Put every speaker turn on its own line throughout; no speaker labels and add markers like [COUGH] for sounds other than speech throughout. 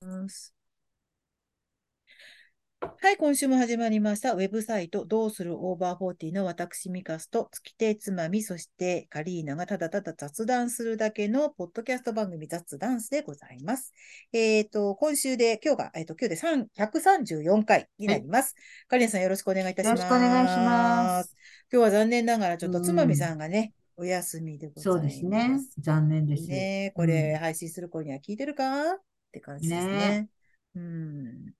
ます。はい、今週も始まりました。ウェブサイト、どうするオーバーフォーティの私、ミカスと、月手つまみ、そしてカリーナがただただ雑談するだけの、ポッドキャスト番組、雑談スでございます。えっ、と、今週で、今日が、えっ、と、今日で3 134回になります。カリーナさん、よろしくお願いいたします。
よろしくお願いします。
今日は残念ながら、ちょっとつまみさんがね、お休みでございます。そうです
ね。残念です。
ねこれ、配信する頃には聞いてるかって感じですね。うん。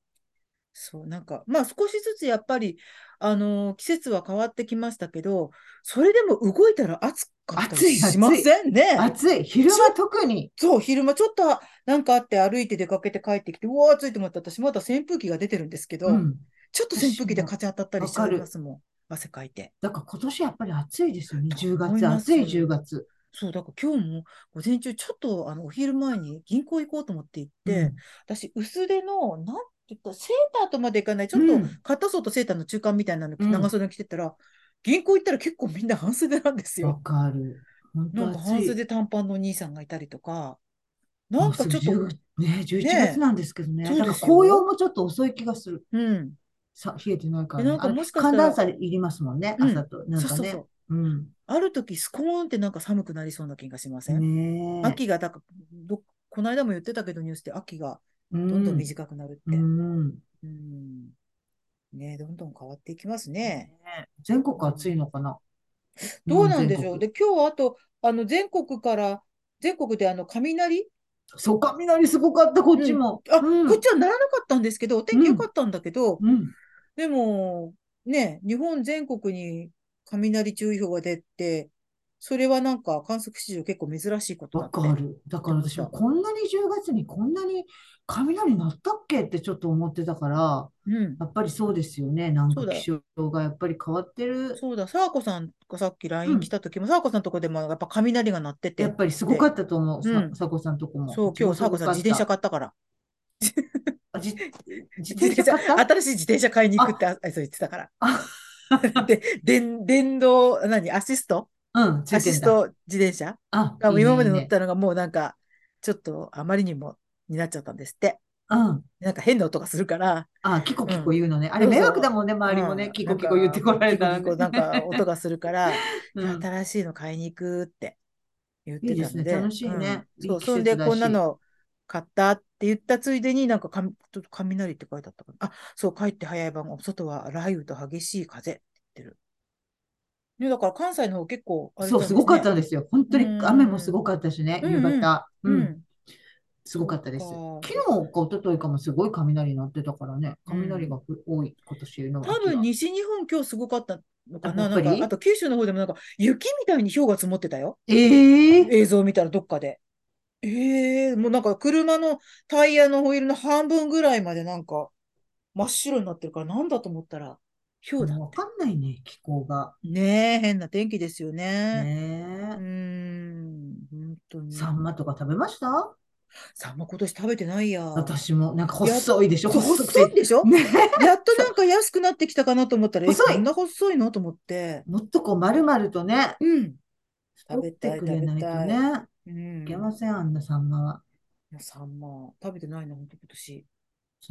そう、なんか、まあ少しずつやっぱり、あのー季節は変わってきましたけど、それでも動いたら暑かった
暑
り
い暑い
しませんね。
暑い。昼間特に。
そう、昼間ちょっとなんかあって歩いて出かけて帰ってきて、うわー暑いと思った私まだ扇風機が出てるんですけど、
うん。
ちょっと扇風機で風当たったりしちゃいますもん。汗かいて。
だから今年やっぱり暑いですよね。10
思い
月。
ます
暑い10月。
そう、だから今日も午前中ちょっとあのお昼前に銀行行こうと思って行って、
うん
私薄手の、なんて言った、セーターとまでいかない、ちょっと
うん
片袖とセーターの中間みたいなの着
うん
長袖着てたら、銀行行ったら結構みんな半袖なんです
わ
よ。
かる。本
なん
当
か
暑
半
い。
袖短パンのお兄さんがいたりとか、なんかちょっと、
もうすぐ10ね、11
ね
月なんですけどね。
そう
だ
です
か
よ
ら紅葉もちょっと遅い気がする。
うん、
さ、冷えてないか
え
らね。
なんか
あれ
もしかしたら
寒暖差でいりますもんね。
うん
朝と。なん
そう
か
そう
ね。
そう。
うん。
ある時スコーンってなんか寒くなりそうな気がしません、
ねえ。
秋がだからど、この間も言ってたけどニュースで秋が
う
どんどん
ん。
短くなるっ
う
て。
ん。
うんね、どんどん変わっていきますね。
ね全国暑いのかな。
どうなんでしょう。
日本全国
で、今日はあと、あの、全国から、全国であの、雷、
そう、雷すごかった、こっちも。
あ、
うん
こっちはならなかったんですけど、お天気良かったんだけど、
うん。
でも、ね、日本全国に雷注意報が出て、それはなんか観測史上結構珍しいことだ
わ
って。
かる。だから私もこんなに10月にこんなに雷鳴ったっけってちょっと思ってたから、
うん。
やっぱりそうですよね。なん
そう
か
だよ
気象がやっぱり変わってる。
そうだ、さあこさんがさっき
う
LINE
ん
来た時も、さあこさんのとこでもやっぱ雷が鳴ってて。
やっぱりすごかったと思う。
うん
さ、さこさんとこも。
そう、今日さあこさん自転車買
か
ったから。
あじ、 [LAUGHS] 自
自転
転
車
車買った
新しい自転車買いに行くって、あ、あそう言ってた
[LAUGHS]
から。で、電、電動、何、アシスト
うん、つい
ア
て
シ
ん
ス
だ。
ト自転車
あ、
が
いいね
今まで
いい
乗
ね
ったのがもうなんか、ちょっとあまりにもになっちゃったんですって。
うん。
なんか変な音がするから、
あ、キコキコ言うのね。あ
そ
れ
うそう
迷惑だもんね、周りもね。
うん
キコキコ言ってこられたらね。
なんかキコキコなんか音がするから、
[LAUGHS] うん
新しいの買いに行くって言ってたので。
いいですね楽しい
う
ね
んそう、
いい季節だし
そんでこんなの買ったって言ったついでになんかかみちょっと雷って書いてあったかな。あ、そう、帰って早い晩、外は雷雨と激しい風って言ってる。ね、だから関西の方結構あれ
そう、
なんです
ごかっ
ね
たんですよ。本当に
うん
雨もすごかったしね、
うん
夕方。
う
うん
ん。
すごかったです。
そっか
昨日か一昨日かもすごい雷鳴ってたからね、雷がふ多い、今年の
多
秋
分
は。
西日本今日すごかったのかな。
あや
な
っぱ
ん
り
か、あと九州の方でもなんか雪みたいに氷が積もってたよ。
ええ
映像見たらどっかで。ええもうなんか車のタイヤのホイールの半分ぐらいまでなんか真っ白になってるからなんだと思ったら氷だ
もうわ
って。
かんないね、気候が。
ねえ、変な天気ですよね。うー
ねえ。
ん、本当に。
サンマとか食べました
さんま今年食べてないや。
私も、なんか細いでしょ、
そう
細く
細いん
て。
でしょ
ね
やっとなんか安くなってきたかなと思ったら、え
細い
こんな細いのと思って。
もっとこう丸々とね、
うん。食
取
べ
った
い
てくれないとね、
うん。
いけません、あんなサンマは。
サンマ、食べてないな、本当今年。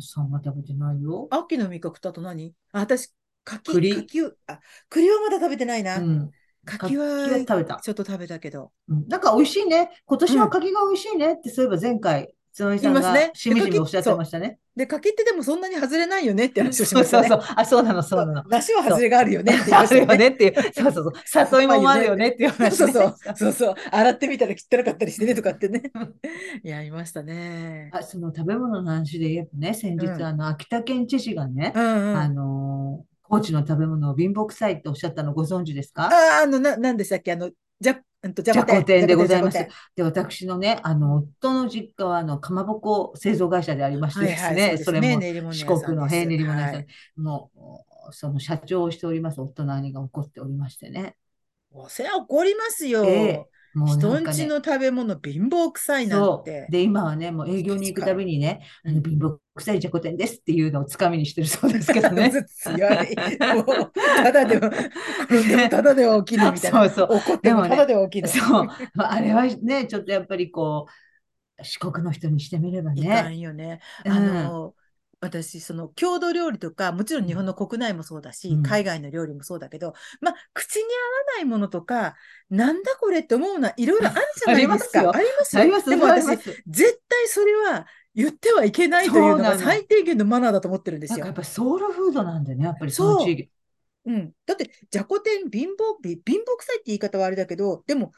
サンマ食べてないよ。
秋の味覚だと何あ、私、柿、
栗
柿を、あ、栗はまだ食べてないな。
うん。
柿
柿
は、
は食べた。
ちょっと食べたけど。
うんなんか美味しいね。今年
うん
は柿が美味しいねって、そういえば前回、つまみさん
言いますね
がしみじみおっしゃってましたね。
で、柿ってでもそんなに外れないよねって話をし
そ
ま
う
した
そう
ね。
そう。あ、そうなの、そうなの。
梨は外れがあるよね
[LAUGHS]
って言い
あ
ました
る
よ
よ
ね。
ねっていう。そうそうそう。誘いもんもあるよねっていう話
そう
ね。
そうそう。そうそう。洗ってみたら汚かったりしてねとかって
[LAUGHS]
ね。やりましたね。
あ、その食べ物の話で言えばね、先日、
うん
あの、秋田県知事がね
う、んうん。
あ
あ
のー、高知の食べ物を貧乏くさいっておっしゃったのご存知ですか
あ、あの、な、なんでしたっけあの、じゃ、うんと、じゃこ
じゃこ天でございます
じゃこ天じゃこ
で、私のね、あの、夫の実家は、あの、かまぼこ製造会社でありまして
はい
です
はい、
ね、
そう
そ
です
れ
ね
も
練り物屋
四
さん
国の
です
平練り物屋さん
はい
の、その社長をしております、夫の兄が怒っておりましてね。
お世話怒りますよ。
ええもうな
人
ん
ん
か
ち
ね、
の食べ物貧乏くさいな
そ
んて
う。。で、今はね、もう営業に行くたびにね、あの、貧乏くさいじゃこ天ですっていうのをつかみにしてるそうですけど
[LAUGHS]
ね。 [LAUGHS]
強い。もう、ただでは、転んでもただでは起きぬみたいな。
[LAUGHS] そうそう。
怒っても
でもね
ただでは起きぬ。
そう、まああれはね、ちょっとやっぱりこ四国の人にしてみれば
いか
ね。
んよね。
うん
あの、私、その郷土料理とか、もちろん日本の国内もそうだし、
うん
海外の料理もそうだけど、まあ、口に合わないものとか、なんだこれって思うのはいろいろあるじゃないですか。
[LAUGHS] あ
あります
あります、
でも
ありま
私、
す。
絶対それは言ってはいけないというの
そうな
が
の
最低限のマナーだと思ってるんで
なん
す
か
よ
やっ。ぱソウルフードなんでね、やっぱりその地域。
うん。だって、じゃこ天、貧乏、び貧乏くさいって言い方はあれだけど、でも、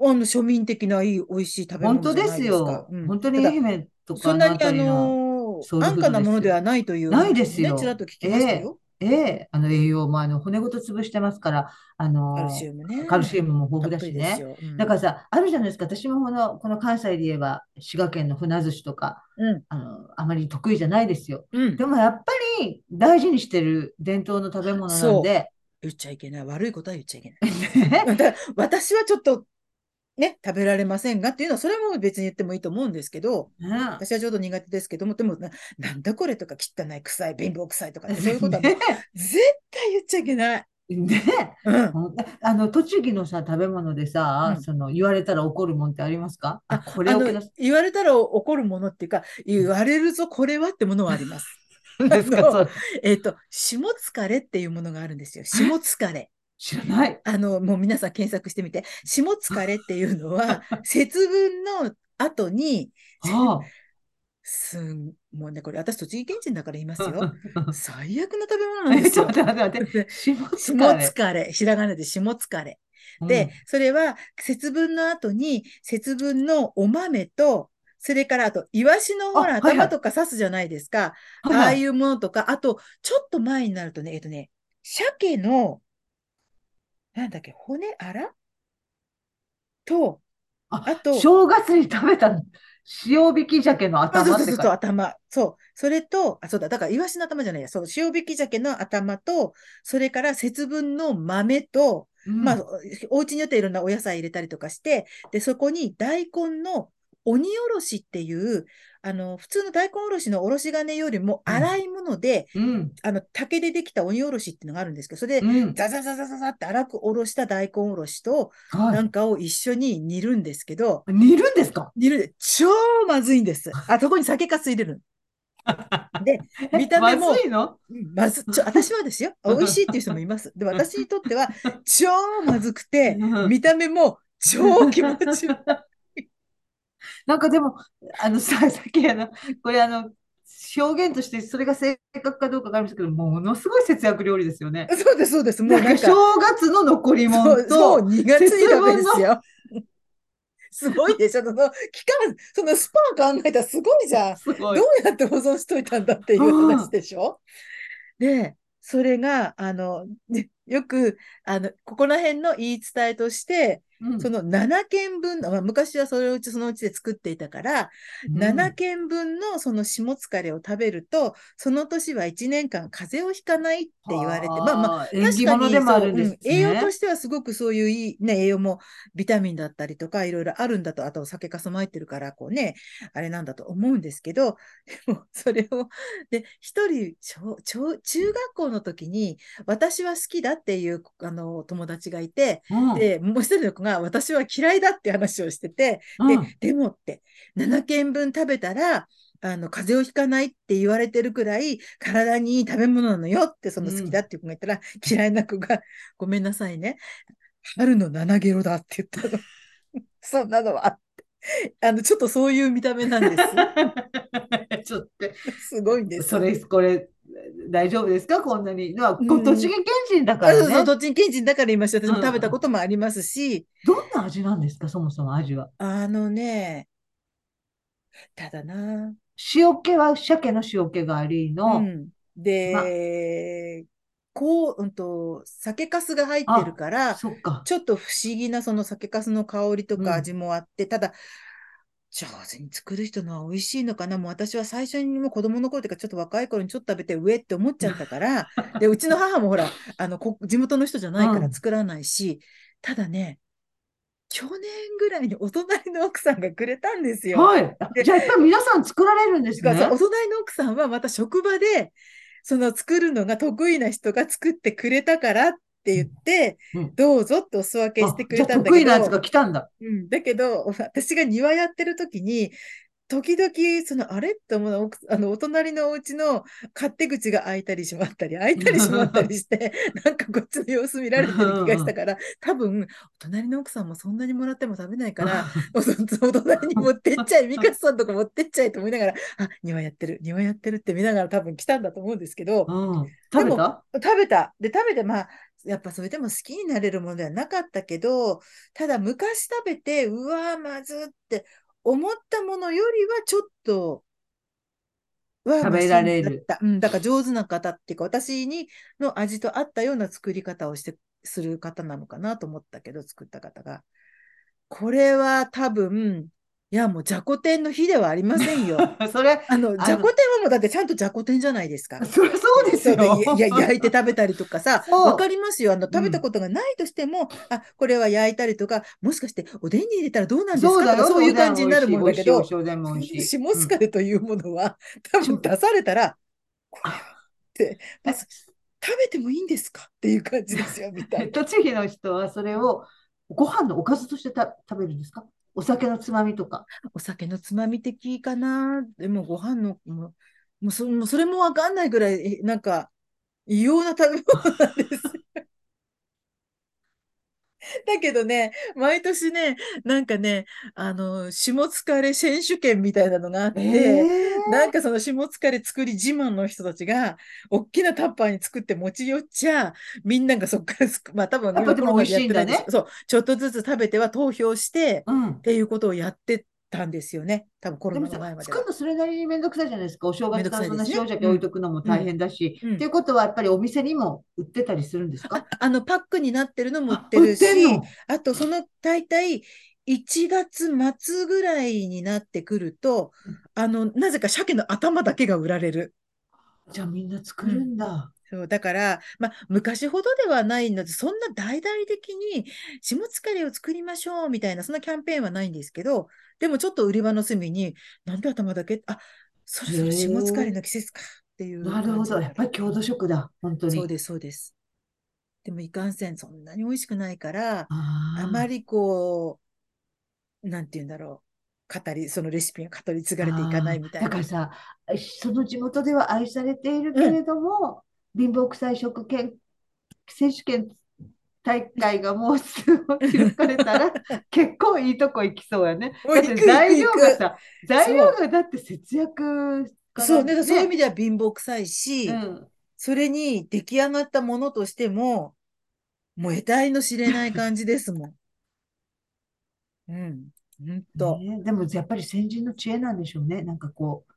あの、庶民的ないい、美味しい食べ
本
物
当
じゃ
で
ない
す
ですか
よ。。
うん
本当に
た
愛
だ
媛とか
そんな
のあ
に、
た
あ
りの、
のー
ソウルフー
安
ド
価なもの
ですよ
ではないという
ないです
ね
よ
ちらっと聞き
え
ました
え
よ。
ええあの栄養もあの骨ごと潰してますから、あ
カルシ
の
ウムね。
カルシウムも豊
たっ
富だ
ぷり
し
です
ね。
よ。うん
だからさ、あるじゃないですか。私もこの、この関西で言えば、滋賀県の船寿司とか、
うん。
あの、あまり得意じゃないですよ。
うん。
でもやっぱり大事にしてる伝統の食べ物なんで、
言っちゃいけない。悪いことは言っちゃいけない。
ね
だから私はちょっと、ね、食べられませんがっていうのは、それはもう別に言ってもいいと思うんですけど、私はちょっと苦手ですけども、でもな、なんだこれとか、汚い、臭い、貧乏臭いとかって、そういうことはもう
[LAUGHS] ね
絶対言っちゃいけない。
ね
うん。
あの、栃木のさ、食べ物でさ
う、ん
その、言われたら怒るもんってありますかあ、これ
あ
を
の
ください。
言われたら怒るものっていうか、言われるぞ、これはってものはあり
[LAUGHS]
ます。
ですか
あの
そう
えっと、下疲れっていうものがあるんですよ。下疲れ。
知らない。
あの、もう皆さん検索してみて。下疲れっていうのは、節分の後に、
あ
すん、もうね、これ私、栃木県人だから言います
あ。 [LAUGHS]
よ。最悪な食べ物なんで
え
す
[LAUGHS] ちょっ
よ
と。待って待って待って。下
[LAUGHS] 下
疲れ。
疲れ。ひらがなで下疲れ。
うん
で、それは節分の後に節分のお豆と、それからあと、イワシのほら、
あはいはい
頭とか刺すじゃないですか。
はい
あ
は
あ
い
いうものとか、あと、ちょっと前になるとね、えっとね、鮭の、なんだっけ、骨あらと、
あ
あと
正月に食べた塩引き鮭の
あそう
頭っ
そうそう
てか
そう、頭。そう。それと、あ、そうだ、だから、イワシの頭じゃないや。そう、塩引き鮭の頭と、それから節分の豆と、
うん
まあ、お家によっていろんなお野菜入れたりとかして、で、そこに大根の鬼おろしっていう、あの、普通の大根おろしのおろし金よりも
うん
粗いもので、
うん
あの、竹でできた鬼おろしっていうのがあるんですけど、それで、
うん
ザザザザザザって粗くおろした大根おろしと、
はい
なんかを一緒に煮るんですけど、
煮るんですか
煮る、超まずいん
[LAUGHS]
です。あ、そこに酒粕入れるの。で、見た目も
まずいの
まず、ちょ、私はですよ。美味しいっていう人もいます。で、私にとって
[LAUGHS]
は、超まずくて、見た目も超気持ち悪い。
なんかでも、あのさ、 [LAUGHS] さっきあの、これあの、表現としてそれが正確かどうかわかりませんけど、ものすごい節約料理ですよね。
[LAUGHS] そうです、そうです。もうなんか、
正月の残りも
そ
ん
う、そう、
と、
2月にダメですよ。すごいでしょ。その期間、そのスパン考えたらすごいじゃん。
すごい
どうやって保存しといたんだっていう話でしょ。で、それが、あの、ねよく、あの、ここら辺の言い伝えとして、
うん
その7件分の、まあ、昔はそれをうちそのうちで作っていたから、
うん
7件分のその下疲れを食べると、その年は1年間風邪をひかないって言われて、まあまあ、
あー、縁
確
起
か
物
に
でもあるんです
そううん栄養と
ね。
してはすごくそういういい、ね、栄養もビタミンだったりとかいろいろあるんだと、あとお酒かすも入ってるから、こうね、あれなんだと思うんですけど、でも [LAUGHS] それを、で、一人小小、中学校の時に私は好きだっていうあの友達がいて、
うん
で、もう一人の子が私は嫌いだって話をしてて、で
うん、
でもって、7軒分食べたら、あの、風邪をひかないって言われてるくらい、体にいい食べ物なのよって、その
うん
好きだっていう子が言ったら、嫌いな子が、ごめんなさいね、春の七ゲロだって言ったの。 [LAUGHS] そんなのはあって。あの、ちょっとそういう見た目なんで
ちょっと、
す。
[LAUGHS]
すごいんです。
それ、これ、大丈夫ですかこんなに。まあ、こ
うん
栃木県人だか
あ
ら
そうそう、
ね。
どっちに県人だから言いました。私も
うん
食べたこともありますし、
どんな味なんですかそもそも味は。
あのね、ただな、
塩気は鮭の塩気があり
う
の、
ん。で、こう、うんと、酒粕が入ってるから、
そっか。
ちょっと不思議なその酒粕の香りと
うん
か味もあって、ただ、上手に作る人のは美味しいのかな。もう私は最初にもう子供の頃というか、ちょっと若い頃にちょっと食べて上って思っちゃった
[LAUGHS]
から、で、うちの母もほら、あの、こ地元の人じゃないか
う
ら
ん
作らないし、ただね、去年ぐらいにお隣の奥さんがくれたんですよ。
はい。
で
じゃあ、やっぱり皆さん作られるんです
が
ね
さ、。お隣の奥さんはまた職場で、その作るのが得意な人が作ってくれたからって言って、
うん
どうぞってお裾分けして
あ
く
じゃ
れ
あ、
たんだ
得
け
意なやつ
ど
が、来たんだ。
うん、だけど、私が庭やってる時に、時々、その、あれって思うの、奥あの、お隣のお家の勝手口が開いたり閉まったり、開いたり閉まったり
[LAUGHS]
して、なんかこっちの様子見られてる気がしたから、多分、隣の奥さんもそんなにもらっても食べないから、お [LAUGHS] お隣に持ってっちゃい、ミカさんとか持ってっちゃいと思いながら、あ、庭やってる、庭やってるって見ながら多分来たんだと思うんですけど、
うん、食べた
食べた。で、食べて、まあ、やっぱそれでも好きになれるものではなかったけど、ただ昔食べて、うわー、まずって思ったものよりはちょっと、は
食べられる。
まあそうだったうん、だから上手な方っていうか、私にの味と合ったような作り方をして、する方なのかなと思ったけど、作った方が。これは多分、いや、もうじゃこ天の日ではありませんよ。
[LAUGHS] それ、
あの、じゃこ天はもうだってちゃんとじゃこ天じゃないですか。
そりゃそうです
そう
よ。
いや [LAUGHS] 焼いて食べたりとかさ、
そう
わかりますよ。あの
ん
食べたことがないとしても、あこれは焼いたりとか、もしかしておでんに入れたらどうなんです
そう
か
だ
とか
よ。
そういう感じになるもんだけど、
おでんも美味しい。おしい
下疲れというものは、多分出されたら、これって、まず食べてもいいんですかっていう感じですよ、みたいな。
栃木の人はそれをご飯のおかずとしてた食べるんですかお酒のつまみとか。
お酒のつまみ的かな、でもご飯の、もうもうそもうそれもわかんないぐらい、えなんか、異様な食べ物なんです。 [LAUGHS] だけどね、毎年ね、なんかね、あの、下疲れ選手権みたいなのがあって、なんかその下疲れ作り自慢の人たちが、大きなタッパーに作って持ち寄っちゃ、みんながそっからすく、まあ多分
やっぱでも
今コロナでやってな
美味しいんだね
ですけどそう、ちょっとずつ食べては投票して、
うん
っ。ていうことをやってたんですよね。多分コ
で
ロ
も
ナ
さ
の前まで
作
は
る。のそれなりに面倒くさいじゃないですか。お正月から
めん
そ
どくさ
んない
ですね
塩鮭置いとくのも大変だし。
うんうん
っていうことはやっぱりお店にも売ってたりするんですか
ああの、パックになってるのも売って
あ売
る
っ
し、
てんの
あとその大体1月末ぐらいになってくると、あの、なぜか鮭の頭だけが売られる。
じゃあみんな作るんだ。
そうだから、まあ、昔ほどではないので、そんな大々的に、下疲れを作りましょうみたいな、そんなキャンペーンはないんですけど、でもちょっと売り場の隅に、なんで頭だけ、あそろそろ下疲れの季節かっていう
な
感じ
るほど。やっぱり郷土食だ。本当に。
そうです、そうです。でもいかんせん、そんなに美味しくないから、
あー
あまりこう、なんて言うんだろう、語り、そのレシピが語り継がれていかないみたい
あーだか
な
ら。さ、その地元では愛されているけれども、貧乏くさい食券選手権大会がもうすぐ開かれ
[LAUGHS]
たら、結構いいとこ行きそうやね。
もう
[LAUGHS] だっ
行
て
く
材料
行く
が
行く
さ、材料がだって節約から
そうね、だからそういう意
ね
味では貧乏くさいし、
うん、
それに出来上がったものとしても、もう得体の知れない感じですもん。 [LAUGHS] うん、ほんと。
ねでもやっぱり先人の知恵なんでしょうね。なんかこう、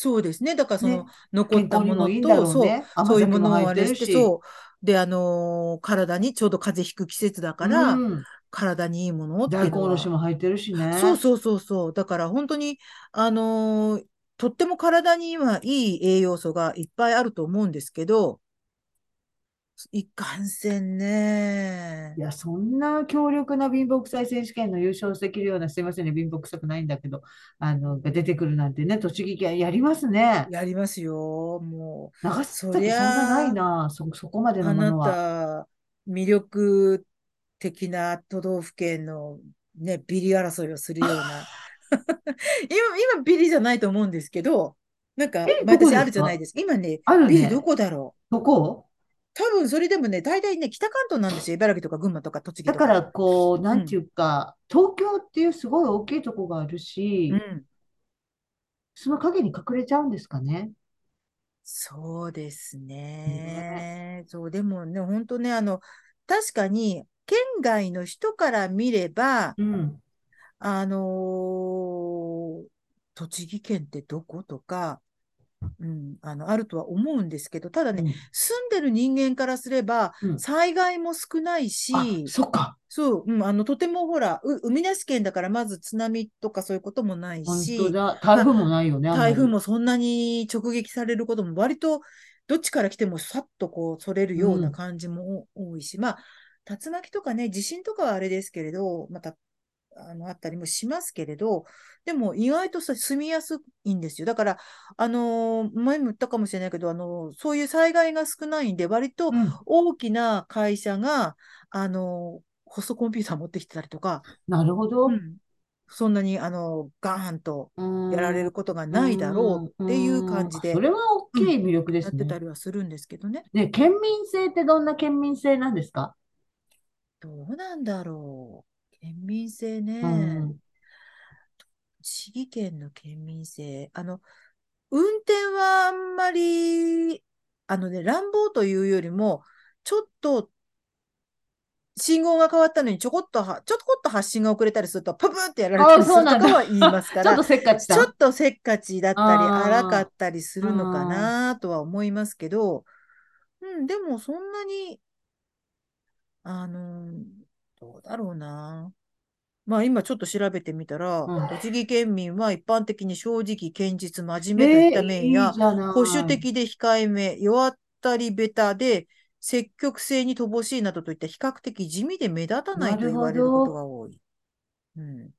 そうですね。だからその
ね
残っ
健
た
康に
もの
もいいんだ
と、
ろう
そう、
ね。
そういうも
甘酒も
の
入
をあ
って
れ
る
して、
し。
そう。で、あのー体に、ちょうど風邪ひく季節だから、
うん
体にいいものってい
大
う
根
の
お
は
ろしも入ってるしね。
そうそうそうそう。だから本当に、あのーとっても体にはいい栄養素がいっぱいあると思うんですけど、いかんせんね
い。や、そんな強力な貧乏くさい選手権の優勝できるような、すいませんね、貧乏くさくないんだけど、あの、が出てくるなんてね、栃木県やりますね。
やりますよ。も
長
そ
崎そん
りゃあ
なないな、そ、そこまで
う、
の
あ
も
な
のは。
た、魅力的な都道府県のね、ビリ争いをするような。 [LAUGHS] 今、今ビリじゃないと思うんですけど、なんか、
え
毎
どこです
年
か
あるじゃないですか。今ね、
ある
ビリ
ね。
どこだろう。
どこ
多分それでもね、大体ね、北関東なんですよ。茨城とか群馬とか栃木
だ
とか。
から、こう、なんていうか、東京っていうすごい大きいとこがあるし
う、ん。
その陰に隠れちゃうんですかね。
そうですね。そう、でもね、本当ね、あの、確かに、県外の人から見れば、
うん。
あのー栃木県ってどことか、うん、あの、あるとは思うんですけど、ただね、
うん
住んでる人間からすれば、
うん
災害も少ない
あ、
し、
そっか。
そう、うん、あの、とてもほら、う海なし県だから、まず津波とかそういうこともない
本
し、
当だ。台風もないよね、あんまり
台風もそんなに直撃されることも割とどっちから来てもさっとこうそれるような感じも多いし、まあ竜巻とかね地震とかはあれですけれどまたあのあったりもしますけれどでも意外とさ住みやすいんですよだからあのー前も言ったかもしれないけどあのーそういう災害が少ないんで割と
うん。
大きな会社があのーホストコンピューター持ってきてたりとか、
なるほど。
うんそんなにあのガーンと
うん
やられることがないだろうっていう感じで
うんそれは大きい魅力で
やっ
す
てた
ね。
りはするんですけどね。
で、県民性ってどんな県民性なんですか
どうなんだろう。県民性ね。
うん
栃木県の県民性。あの、運転はあんまり、あのね、乱暴というよりも、ちょっと、信号が変わったのにちょこっとは、ちょこっと発信が遅れたりすると、ププってやられたりするとかは言いますか
ちょっ
ら
と、せっかちだ。
ちょっとせっかちだったり、
あー
荒かったりするのかなとは思いますけど、うん、でもそんなに、あの、どうだろうな。まあ今ちょっと調べてみたら、
うん
栃木県民は一般的に正直、堅実、真面目とい
え
った
ー
面
いいじ
や、
ゃない。
保守的で控えめ、弱ったりベタで、積極性に乏しいなどといった比較的地味で目立たないと言われることが多い。うん。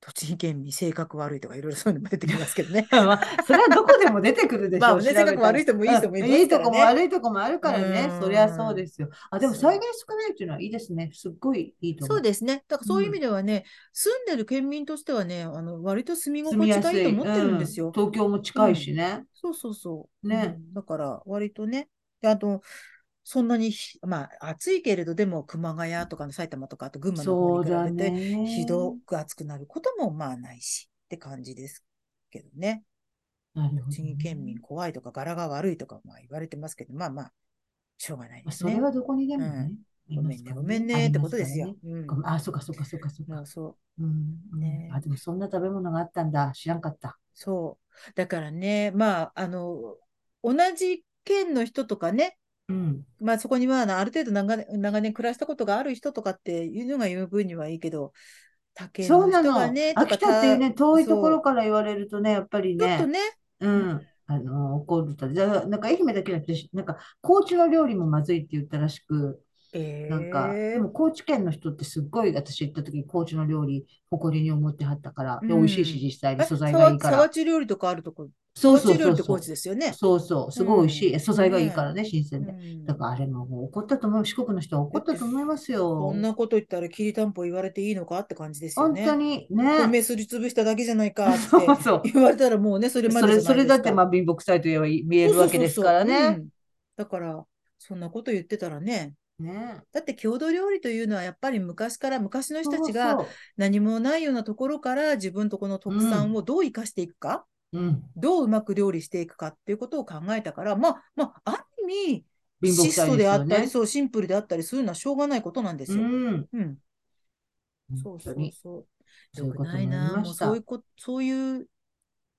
栃木県民性格悪いとかいろいろそういうのも出てきますけど [LAUGHS] ね
まあそれはどこでも出てくるで
[LAUGHS]
し
まあ
ょう。
ね、
調
性
べた
格
ら
悪い人もいい人もい
うん
ま
いい
すか
と
ら
こも
ね。
悪いとこもあるからね
う。ん
そりゃそうですよ。あ、でも
そう
災害少ないっていうのはいいですね。すっごいいいと思
そう
う。
ですね。だからそういう意
うん
味ではね、住んでる県民としてはね、あの割と住み
住
心
みや
地が
す
いいと
い。
思ってるんです
うん
よ。
東京も近いしね。
そうそうそう。
ね
うんだから割とね。で、あと、そんなにひ、まあ暑いけれど、でも熊谷とかの埼玉とか、あと群馬の
そ
方
う
に比
だ
べて、
ね。
ひどく暑くなることもまあないしって感じですけどね。
なるほどね
栃木県民怖いとか柄が悪いとかまあ言われてますけど、まあまあ、しょうがないで
まあ
す
それ
ね。
はどこにでもね。い
ご
ま
め
す
ん
か
ね、
ら
ごめんねってこと
あり
で
ます
す
から
よ
ね。。
うん。
ごめんあ、そうかそうかそうかそう
ま
か
あ。そう、
うんうん
ね
あ、でもそんな食べ物があったんだ。知らんかった。
そう。だからね、まあ、あの、同じ県の人とかね、
うん。
まあそこにはなある程度長年長年暮らしたことがある人とかっていうのが言う分にはいいけど、他県
そう
の
な
人
の。
がね、とか
秋田っていう
た
ね、遠いところから言われるとね、やっぱり
ちょっと
ね、
ね、
うん、あの、怒ると。じゃあなんか愛媛だけじゃなくて、なんか高知の料理もまずいって言ったらしく、
え
なんか、で
ー
も高知県の人ってすっごい私行った時、高知の料理誇りに思ってはったから、
う
で
ん
美味しいし、実際に
え
素材
さ
がいい
わ、
か
さわ
ら。
ち料理とかあるとこ、さ
そう
わ
そ
ち
う
料
そ
理っ
う
て
そ
高
う。
知ですよね。
そうそう、すごい美味しい。
うん
素材がいい
ね
からね、新鮮
う
で。
ん
だからあれももう怒ったと思う。四国の人は怒ったと思います
そ
よ。
んなこと言ったらきりたんぽ言われていいのかって感じですよ
本当
ね。
にね。
米すりつぶしただけじゃないかっ
[LAUGHS] そうそう
て言われたらもうね、それまでじゃ
それ、
ないですか。
それだってまあ貧乏くさいと言えば見え
そう
る
そ
わ
う
け
そう
です
そう
から
う
ね。
んだから、そんなこと言ってたらね、
ね
だって郷土料理というのはやっぱり昔から昔の人た
そう
ちが
そ
何もないようなところから自分とこの特産をどう生かしていくか、
う。うん。
どううまく料理していくかっていうことを考えたから、まあ、まあ、ある意味、
貧乏く
質
さい
素
です
であ
よ
ったり、
ね。
そう、シンプルであったりするのはしょうがないことなんで
う
すよ。
ん。
うん。そ
本
う
当
そう
に。
そう。
そ
よ
ういう
く
こと
ない
になり
な。も
ま
う
し
そうい
た
う。こ、そういう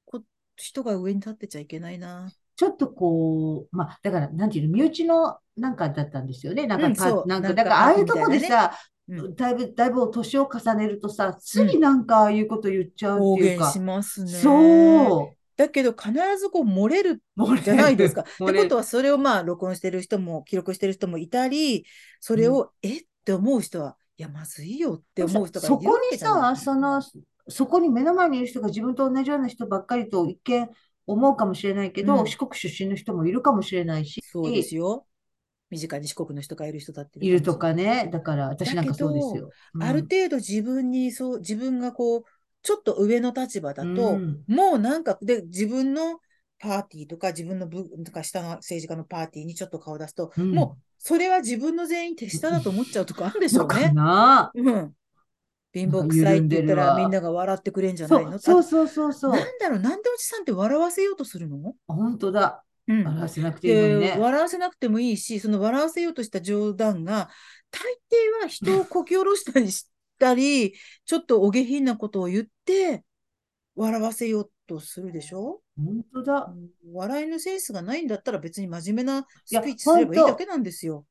こ人が上に立ってちゃいけないな。
ちょっとこう、まあ、だから、なんていうの、身内のなんかだったんですよね。なん
う
か
ん、
パ
そう、
なん
な
か、
ん
だ
か
からあ
パー
あい
ティー
う
みたいな
とこで
ね。
さ、
うん。
だいぶ、だいぶ年を重ねるとさ、ついなんかああいうこと言っちゃうっ
公
ていう
言し
か、
ますね。
そ
だけど必ずこう漏れる
う、漏れ
じゃないです [LAUGHS] か。
る、
っ
[LAUGHS]
て
漏
こ
れ
と
る。
はそれをまあ録音してる人も記録してる人もいたり、それをえって思う人は、いやまずいよって思う人がい
そ
るわ
こ
け
に
じゃない。
さ、その、そこに目の前にいる人が自分と同じような人ばっかりと一見思うかもしれないけど、
うん
四国出身の人もいるかもしれないし、
そうですよ。身近に四国の人がいる人だっている
い
か
る
もし
と
れない。
かね、だから私
だ
なん
け
かそうです
ど、
よ。
ある程度自分にそう、自分がこう、ちょっと上の立場
う
だと、
ん、
もうなんか、で、自分のパーティーとか、自分の部、とか下の政治家のパーティーにちょっと顔出すと、
うん、
もう、それは自分の全員手下だと思っちゃうとかあるでし
の
ょう
か
ね。
な。
うん。貧乏くさい
緩
って言
んで
った
る
ら、みん
わ。
なが笑ってくれんじゃな
そ
いの
う、
あ
そうそうそうそ
な
う。
んだろう、なんでおじさんって笑わせようとするの
本当だ。
うん。
笑わせなくていいのに
で、
ね。
笑わせなくてもいいし、その笑わせようとした冗談が、大抵は
[LAUGHS]
人をこき下ろしたりしたり、ちょっとお下品なことを言って、笑わせようとするでしょ
本当
う
だ。
ん笑いのセンスがないんだったら別に真面目ないス
や、
ピーチすれ
本
ばいいだ
当。
けなんですよ。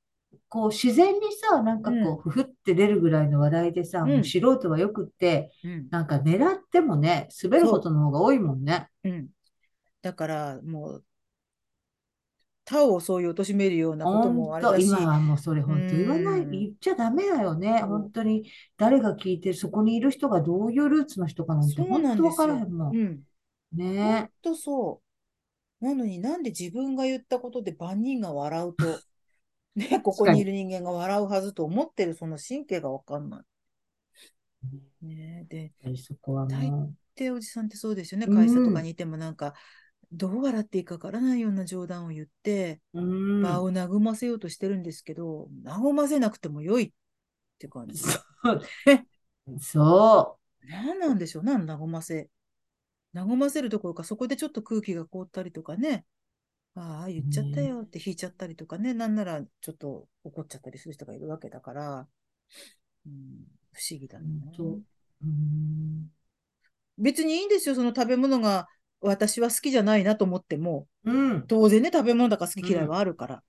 こう自然にさ、なんかこう、ふふって出るぐらいの話題でさ、
う、
もうん素人はよくって、
うん、
なんか狙ってもね、滑ることの方が多いもんね。
うん。だからもう、他をそういう貶めるようなこと
本
もあれ
当、
だし、
今はもうそれ
う
本当言わない、
ん、
言っちゃダメだよね。
そう
本当に誰が聞いてる、そこにいる人がどういうルーツの人かなんて、
そう
本
なん
当
で
わ
す
からへ
よ。
んも。
うんん。ほん
ね
とそう。なのになんで自分が言ったことで万人が笑う
[LAUGHS]
と、ね、こ
確
こ
か
にい
に。
る人間が笑うはずと思ってるその神経がわかんない。ねで、
ぱりそこはも
で、おじさんってそうですよね。
うん
会社とかにいてもなんか、どう笑っていいかわからないような冗談を言って、
う、うん、
場を和ませようとしてるんですけど、和ませなくても良いって感じ。
そう、そ
何なんでしょう、なん和ませ。和ませるどころか、そこでちょっと空気が凍ったりとかね。ああ、言っちゃったよって引いちゃったりとかね。なんならちょっと怒っちゃったりする人がいるわけだから、うん、不思議だ
う、
ね。
本当、うん、
別にいいんですよ、その食べ物が私は好きじゃないなと思っても、
うん、で
当然ね、食べ物だから好き嫌いはあるから。だ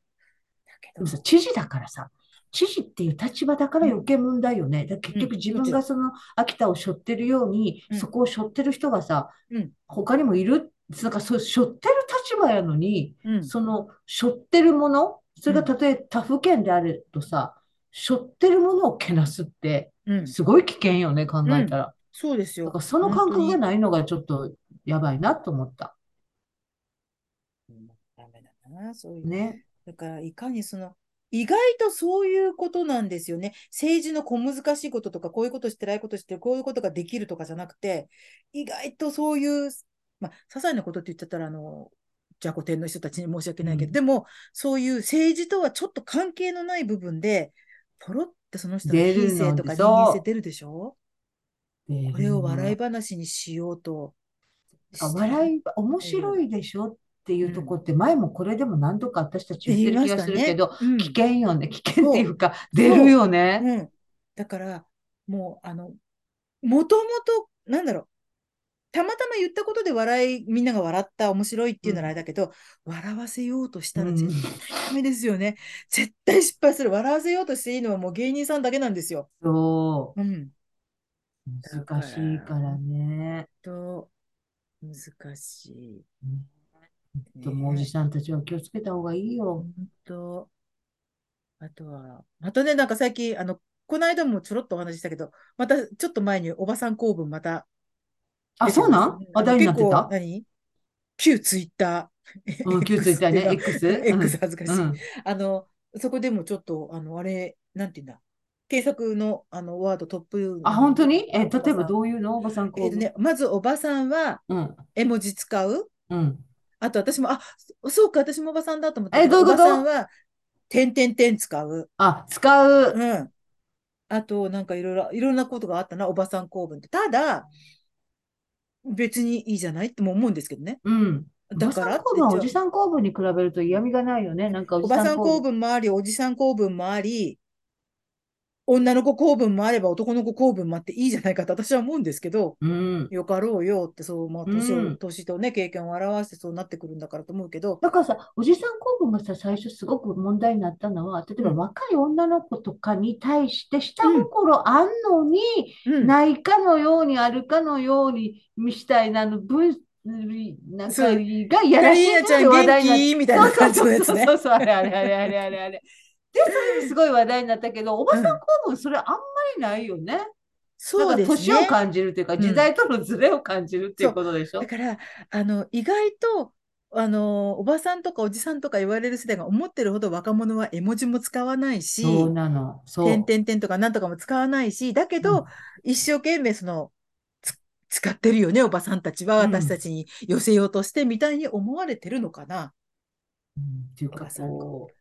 けど
もさ、知事だからさ、知事っていう立場だから余計問題よね。だから結局
うん
自分がその秋田を背負ってるように、
うん
そこを背負ってる人がさ、
うん
他にもいる、なんかそう背負ってる立場やのに、
うん、
その背負ってるもの、それがたとえ他府県であるとさ、背負ってるものをけなすって、
うん、
すごい危険よね、考えたら。
そうです
だ
よ
から。その感覚がないのがちょっとやばいなと思った。
うんダメだな、そういう。
ね。
だから、いかにその、意外とそういうことなんですよね。政治の小難しいこととか、こういうことしてないことしてる、こういうことができるとかじゃなくて、意外とそういう、まあ、些細なことって言っちゃったら、あの、じゃこ天の人たちに申し訳ないけど、
うん
でも、そういう政治とはちょっと関係のない部分で、ポロってその人の
出るの
品性とか人
そう
間性出るでしょ
こ
これを笑い
い
話にしようとして。
笑い、面白いでしょっていうとこって、前もこれでも何度か私たち言ってる気がするけど、
うん
危険よね。危険っていうか、出るよね。
うん。だから、もう、あの、もともと、なんだろう。たまたま言ったことで笑い、みんなが笑った、面白いっていうならあれだけど、笑わせようとしたら絶対ダメですよね。絶対失敗する。笑わせようとしていいのはもう芸人さんだけなんですよ。
そ
うん。
う。難しいからね。
と、難しい。
うんでもおじさんたちは気をつけた方がいいよ。
本当。あとは、またね、なんか最近、あの、この間もちょろっとお話ししたけど、またちょっと前におばさん公文また
あ、そうなん話題になって
結
た
構何旧ツイッター。
うん、気をついたね。
X って
X?
いうの [LAUGHS] X
う
恥ずかしい。
ん。
あの、そこでもちょっと、あの、あれ、なんて言うんだ。検索の、あの、ワードトップ。
あ、本当にえ、
おばさん
例えばどういうのおばさん
えっとね、まずおばさんは
うん。
絵文字使う。
うん。
あと私も、あ、そそうか、私もおばさんだと思って。
えどういうこと
おばさんは、点点点使う。
あ、使う。
うん。あと、なんかいろいろ、いろんなことがあったな、おばさん公文って。ただ、別にいいじゃないっても思うんですけどね。
うん。お
だ
ば
か
さ
らっ
ん
て
公文は
じゃ
お
あ
じさん公文に比べると嫌味がないよね。なんかお
お
じ
ば
さ
さ
ん
ん
公
公
文。
文もあり、おじさん公文もあり、女の子公文もあれば男の子公文もあっていいじゃないかと私は思うんですけど、
うん。
よかろうよって、そう、まあ、年を、
うん
年とね、経験を表してそうなってくるんだからと思うけど、
だからさ、おじさん公文がさ、最初すごく問題になったのは、例えば
うん
若い女の子とかに対して下心あんのに、
うん、
ないかのようにあるかのようにみたいなの分なんか
そう
がいや
カ
らし
リー
い
ナちゃ
の
ん
で話題になっ
元気みたいな感じのやつ
そう
ね
そ。うそうそうあれあれあれあれあれあれ。で、それですごい話題になったけど、おばさん公文それあんまりないよね。
そう
なん
で
か
す
年を
ね。
感じるというか、
うん
時代とのズレを感じるっていうことでしょ
だ。から、あの、意外と、あの、おばさんとかおじさんとか言われる世代が思ってるほど若者は絵文字も使わないし、
そうなの。そう。
点々点とかなんとかも使わないし、だけど、一生懸命その、つ使ってるよね、おばさんたちは
うん
私たちに寄せようとしてみたいに思われてるのかな。
うんうんっていう
お
か
ばさん
こう、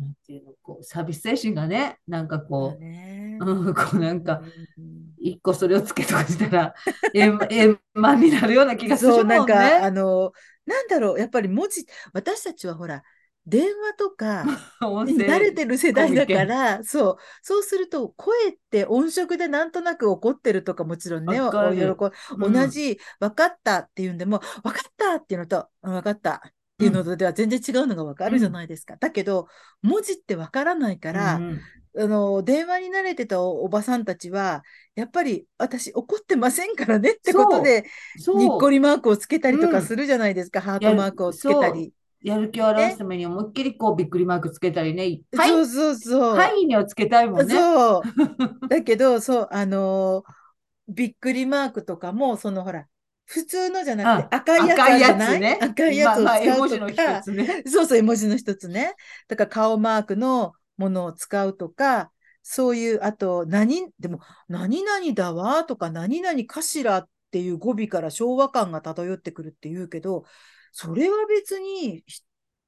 なんていうの、こう、サービス精神がね、なんかこ
ね
う、うん、こうなんか、
うん
一個それをつけとかしたら、 [LAUGHS] 円円満になるような気がする
そう、な
も
ん
ん
か、あ
ね。
の、なんだろう、やっぱり文字、私たちはほら、電話と
[LAUGHS]
か、
音声
慣れてる世代だから、そう、そうすると、声って音色でなんとなく怒ってるとか、もちろんね、
わかる
お喜
うん
同じ、分かったっていうんでも、分かったっていうのと、うん分かったっていうのとでは全然違うのが分かるじゃないですか。だけど、文字って分からないから、
うん
あの、電話に慣れてたおおばさんたちは、やっぱり、私怒ってませんからねってことで、
そう
にっこりマークをつけたりと
う
か
ん
するじゃないですか、ハート
やる
マークをつけたり。
やる気を表すために思いっきりこうびっくりマークつけたりね、は
そ
い、
うそうそう。
はいにはつけたいもんね。 [LAUGHS]
そう。だけど、そう、あのーびっくりマークとかも、そのほら、普通のじゃなくて赤いやつあ
赤
る
い
じゃ
や
な
つ
い
ね。
赤いやつを
まあまあ絵
使
文
う
字
と
の一
か、
つね。
そうそう、絵文字の一つね。だから顔マークのものを使うとか、そういう、あと、何、でも、何々だわとか、何々かしらっていう語尾から昭和感が漂ってくるって言うけど、それは別にひ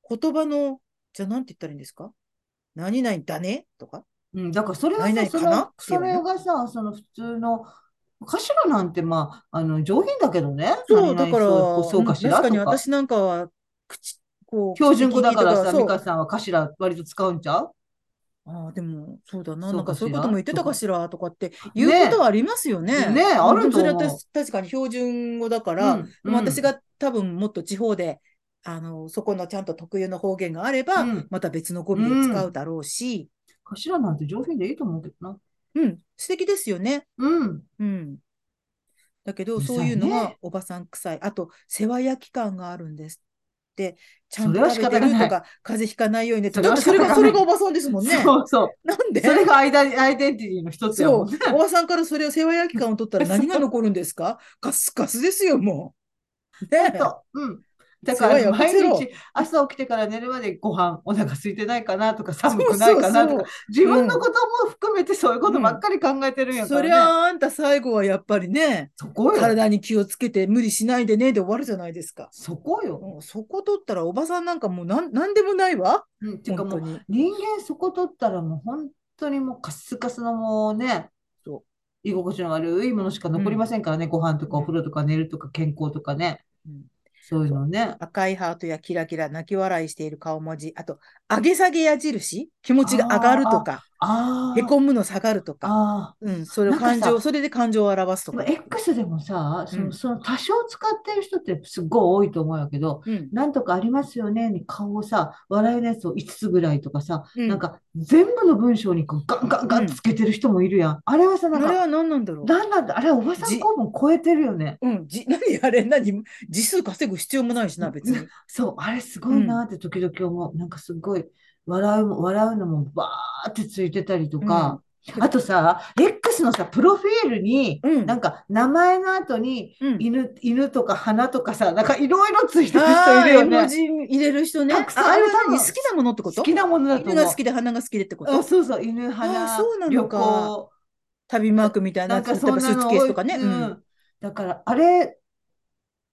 言葉の、じゃあなんて言ったらいいんですか何々だねとか
うん、だからそれは
ないない
さ、そ
かな
の、それがさ、その普通の、頭なんてまあ、あの上品だけどね、
そう、
何
だ
々
から、
そう、そうか
うん
しら
確かに
とか
私なんかは、口、こう、
標準語だ
口利き
から
と
さ、
そう
美香さんは頭割と使うんちゃう
ああ、でも、そうだな。
そう
なんか
か
そういう
し
こ
ら
とも言ってた
とか
かしらとかって言う
ねえ
ことはありますよね。
ねえ
うん
あると思う
でもそれは私確かに標準語だか
う
ら、
ん、
でも私
うん、
が多分もっと地方で、あの、そこのちゃんと特有の方言があれば、
うん、
また別の語尾で使うだろうし、
頭なんて上品でいいと思うけどな。
うん、素敵ですよね。
うん、
うん。だけど、
うる
そう
さ
いう
い
のが
ね。
おばさん臭い。あと、世話焼き感があるんですって、ちゃ
そ
ん
れ
と
は
食
仕
べて
方が
る
な
と
い。
か、風邪ひかないようにねって。
それ
だっ
は
て
仕
それ
方
が、
が
それがおばさ
ない。
んですもんね。
そうそう。
なんで
それがアイデン、アイデンティティの一つやも
そ
ん
う
ね。。
おばさんからそれを世話焼き感を取
[LAUGHS]
ったら何が
そう
残るんですかカスカスですよ、も
[LAUGHS]
う。
本
ね
当、うん。だ
世
か
話
ら
焼かせ
毎
ろ。
日朝起きてから寝るまでご飯、お腹空いてないかなとか
そ
寒
う
くない
そう
かなとか、
そ
自分
う
のことも含めてそういうことばっかり考えてるん
う。
や
そ
か
り
らね。
ゃあ、あんた最後はやっぱりね、
そこよ。
体に気をつけて無理しないでね、で終わるじゃないですか。
そこよ。
もうそこ取ったらおばさんなんかもうなん、なんでもないわ。
うん、ていうか
本
も
当
う
に。
人間そこ取ったらもう本当にもうカッスカスのもうね、
そ
居心地の悪いものしか
う。う
残り
ん。
ませんからね。ご飯と
う
かお風
ん。
呂とか寝るとか健康とかね。
うん
そういう
そう。
のね。
赤いハートやキラキラ、泣き笑いしている顔文字。あと、上げ下げ矢印。気持ちが上がると
あ
か、
あ、あ
へ
あ、
こむの下がるとか。
あ
うん、そ
あ。
れを
なんか
感情、
さ、
それで感情を表すと
でも
か。
X でもさ、
う
その、
ん、
その多少使ってる人ってすっごい多いと思うんやけど、
うん、
なんとかありますよねに顔をさ、笑いのやつを5つぐらいとかさ、
う
なん
ん、
か全部の文章にこうガンガン
う
ガン
ん。
つけてる人もいるやん。あれはさ、なん
あれ
か、
は何なんだろ
なんなんだ、あれはおば
う。
さん
じ、
構文超えてるよね。
うん、じ、 [LAUGHS] 何あれ、何、字数稼ぐ必要もないしな、別に。
そう、あれす
う、
ごいなんって時々思う。なんかすごい、笑うも、笑うのもバーってついてたりと
うん。
か、
て
あ
か、
とさ、X のさ、プロフィールに、
う
なん
ん、
か名前の後に
うん。
犬、犬とか花とかさ、なんかいろいろついてる人い
ああ、
る
絵
よ
文
ね。
字入れる人ね。
たくさ
あ、
ん、
あ
あ
れ
れ
は何
多
好
分
きなものってこ
好き
と
なものだと
犬が好
思
きで花が好きでってこ
う。うん、
と
そうそう、犬、
ああ、
花、
そうなの
旅
か。
行、
旅マー
だ、
クみたいな
な
や
ん
つ、例え
かそ
ば
ん
ス
な
ーツ
の
ケース
多
と
い。
かね。う。
うんん。だから、あれ、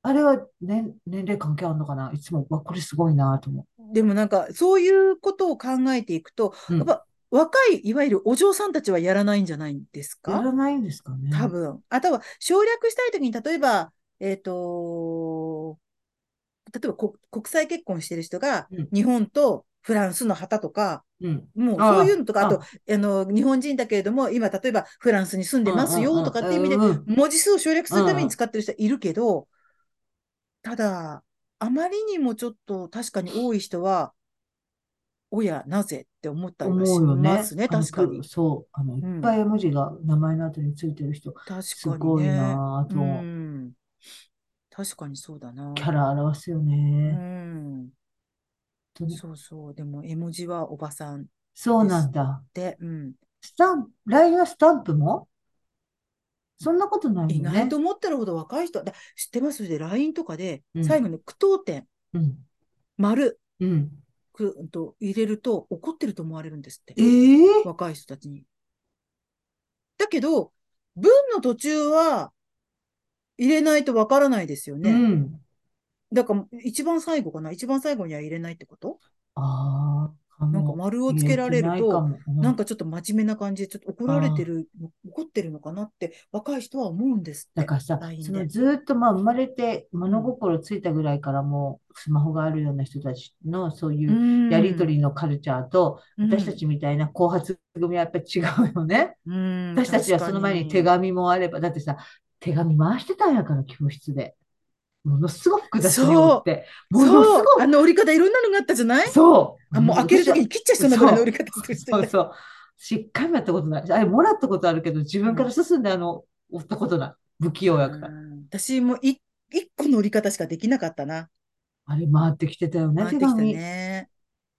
あれは年、年齢関係あるのかないつも、うわ、これすごいなと思
でもなんか、そういうことを考えていくと、
う。う
やっ
ん。
ぱ、若い、いわゆるお嬢さんたちはやらないんじゃないんです
や
から
ないんですかね。
多分。あとは、省略したいときに、例えば、えっと、例えばこ国際結婚してる人が、
うん。
日本とフランスの旗とか、
うん。
もうそういう
あ
のとか、あと、
あ、
あの、日本人だけれども、今、例えばフランスに住んで
あ、うん
ますよとかっ
う
て意味で、
んうん。
文字数を省略
う
するため
んう
に
ん。
使ってる人いるけど、ただ、あまりにもちょっと確かに多い人は、おや、なぜって思ったりは
思
し
うよ
ま
ね。
すね、
あの
確か
プ、
に。
そう、あの、いっ
う
ぱ
ん、
い絵文字が名前の後についてる人、
確
す
かに
ごい
ね。
なぁ
う
と思う。
ん、確かにそうだ
キ
な。
ャラ表すよ
う
ね。
ん。
本当に
そうそう。でも、絵文字はおばさん
そう
で
な
す
んだ。
って、うん。
スタンプ、LINE はスタンプもそんなことない
意
よ
外と
ね。
思ってるほど若い人、だ、知ってますで、LINE とかで、
う
最
ん、
後に句読点、
うん、
丸、
うん。
く、うんと入れると怒ってると思われるんですって。
ええ
若い人たちに。だけど、文の途中は入れないとわからないですよ
う
ね。
ん。
だから、一番最後かな一番最後には入れないってこと
ああ、か
なんか
も。
丸をつけ
入れ
ら
て
れる
ないか
と、
も。う
なん
ん。
かちょっと真面目な感じで、ちょっと怒られて
ああ。
る、怒ってるのかなって若い人は思うんですっ
だ
て、
からさ、
LINE
その
で。
ずーっとまあ生まれて
う
物
ん。
心ついたぐらいからもうスマホがあるような人たちのそういううやりと
ん、
りのカルチャーと
う
私た
ん、
ちみたいな後発組はやっぱり違うよね。
うん、
私たち
確
は
か
その前に手
に。
紙もあれば、だってさ、手紙回してたんやから教室で。ものすごく複雑に折
そ
っ
う、
て、ものす
そう、あの折り方いろんなのがあったじゃない
ごく、そう、
あ、もう開ける
私
とき
は、
に切っちゃいそうなぐらいの折
そ
り方して [LAUGHS]
う、
る人い
そう
た。
そう、しっかりもやったことない。あれ、もらったことあるけど、自
う
分か
ん。
ら進んであの、折ったことない。不器用やから。
あー私もい一個の折り方しかできなかったな。
あれ、回ってきてたよね、
回っ
手
てきた
紙。
ね。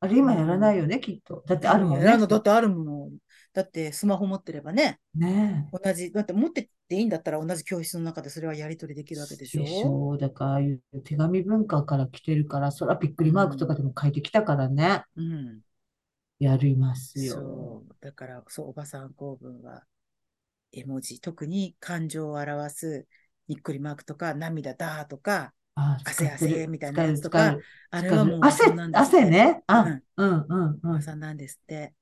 あれ
う
今やらないよ
ん。
ね、きっと。だってある
今
も
や
ん
ら
ね、
んの、だって
人。
あるもん。だってスマホ持ってればね、
ねえ。
同じ、だって持ってっていいんだったら同じ教室の中でそれはやり取りできるわけでし
でし
ょ
ょう。だから、ああいう手紙文化から来てるから、そらびっく
う
りマークとかで
ん。
も書いてきたからね。
うん。
やりますよ。
そう。だから、そう、おばさん構文は、絵文字、特に感情を表す、にっくりマークとか、涙だーとか、
あ
汗
使ってる
汗みたいなやつと
使え
か
る、
あ
使
れ
える
はもうおば
汗
さんなんですって
汗ね。あ、
うん
うんうん
お
う
ば
ん。
さんなんですって。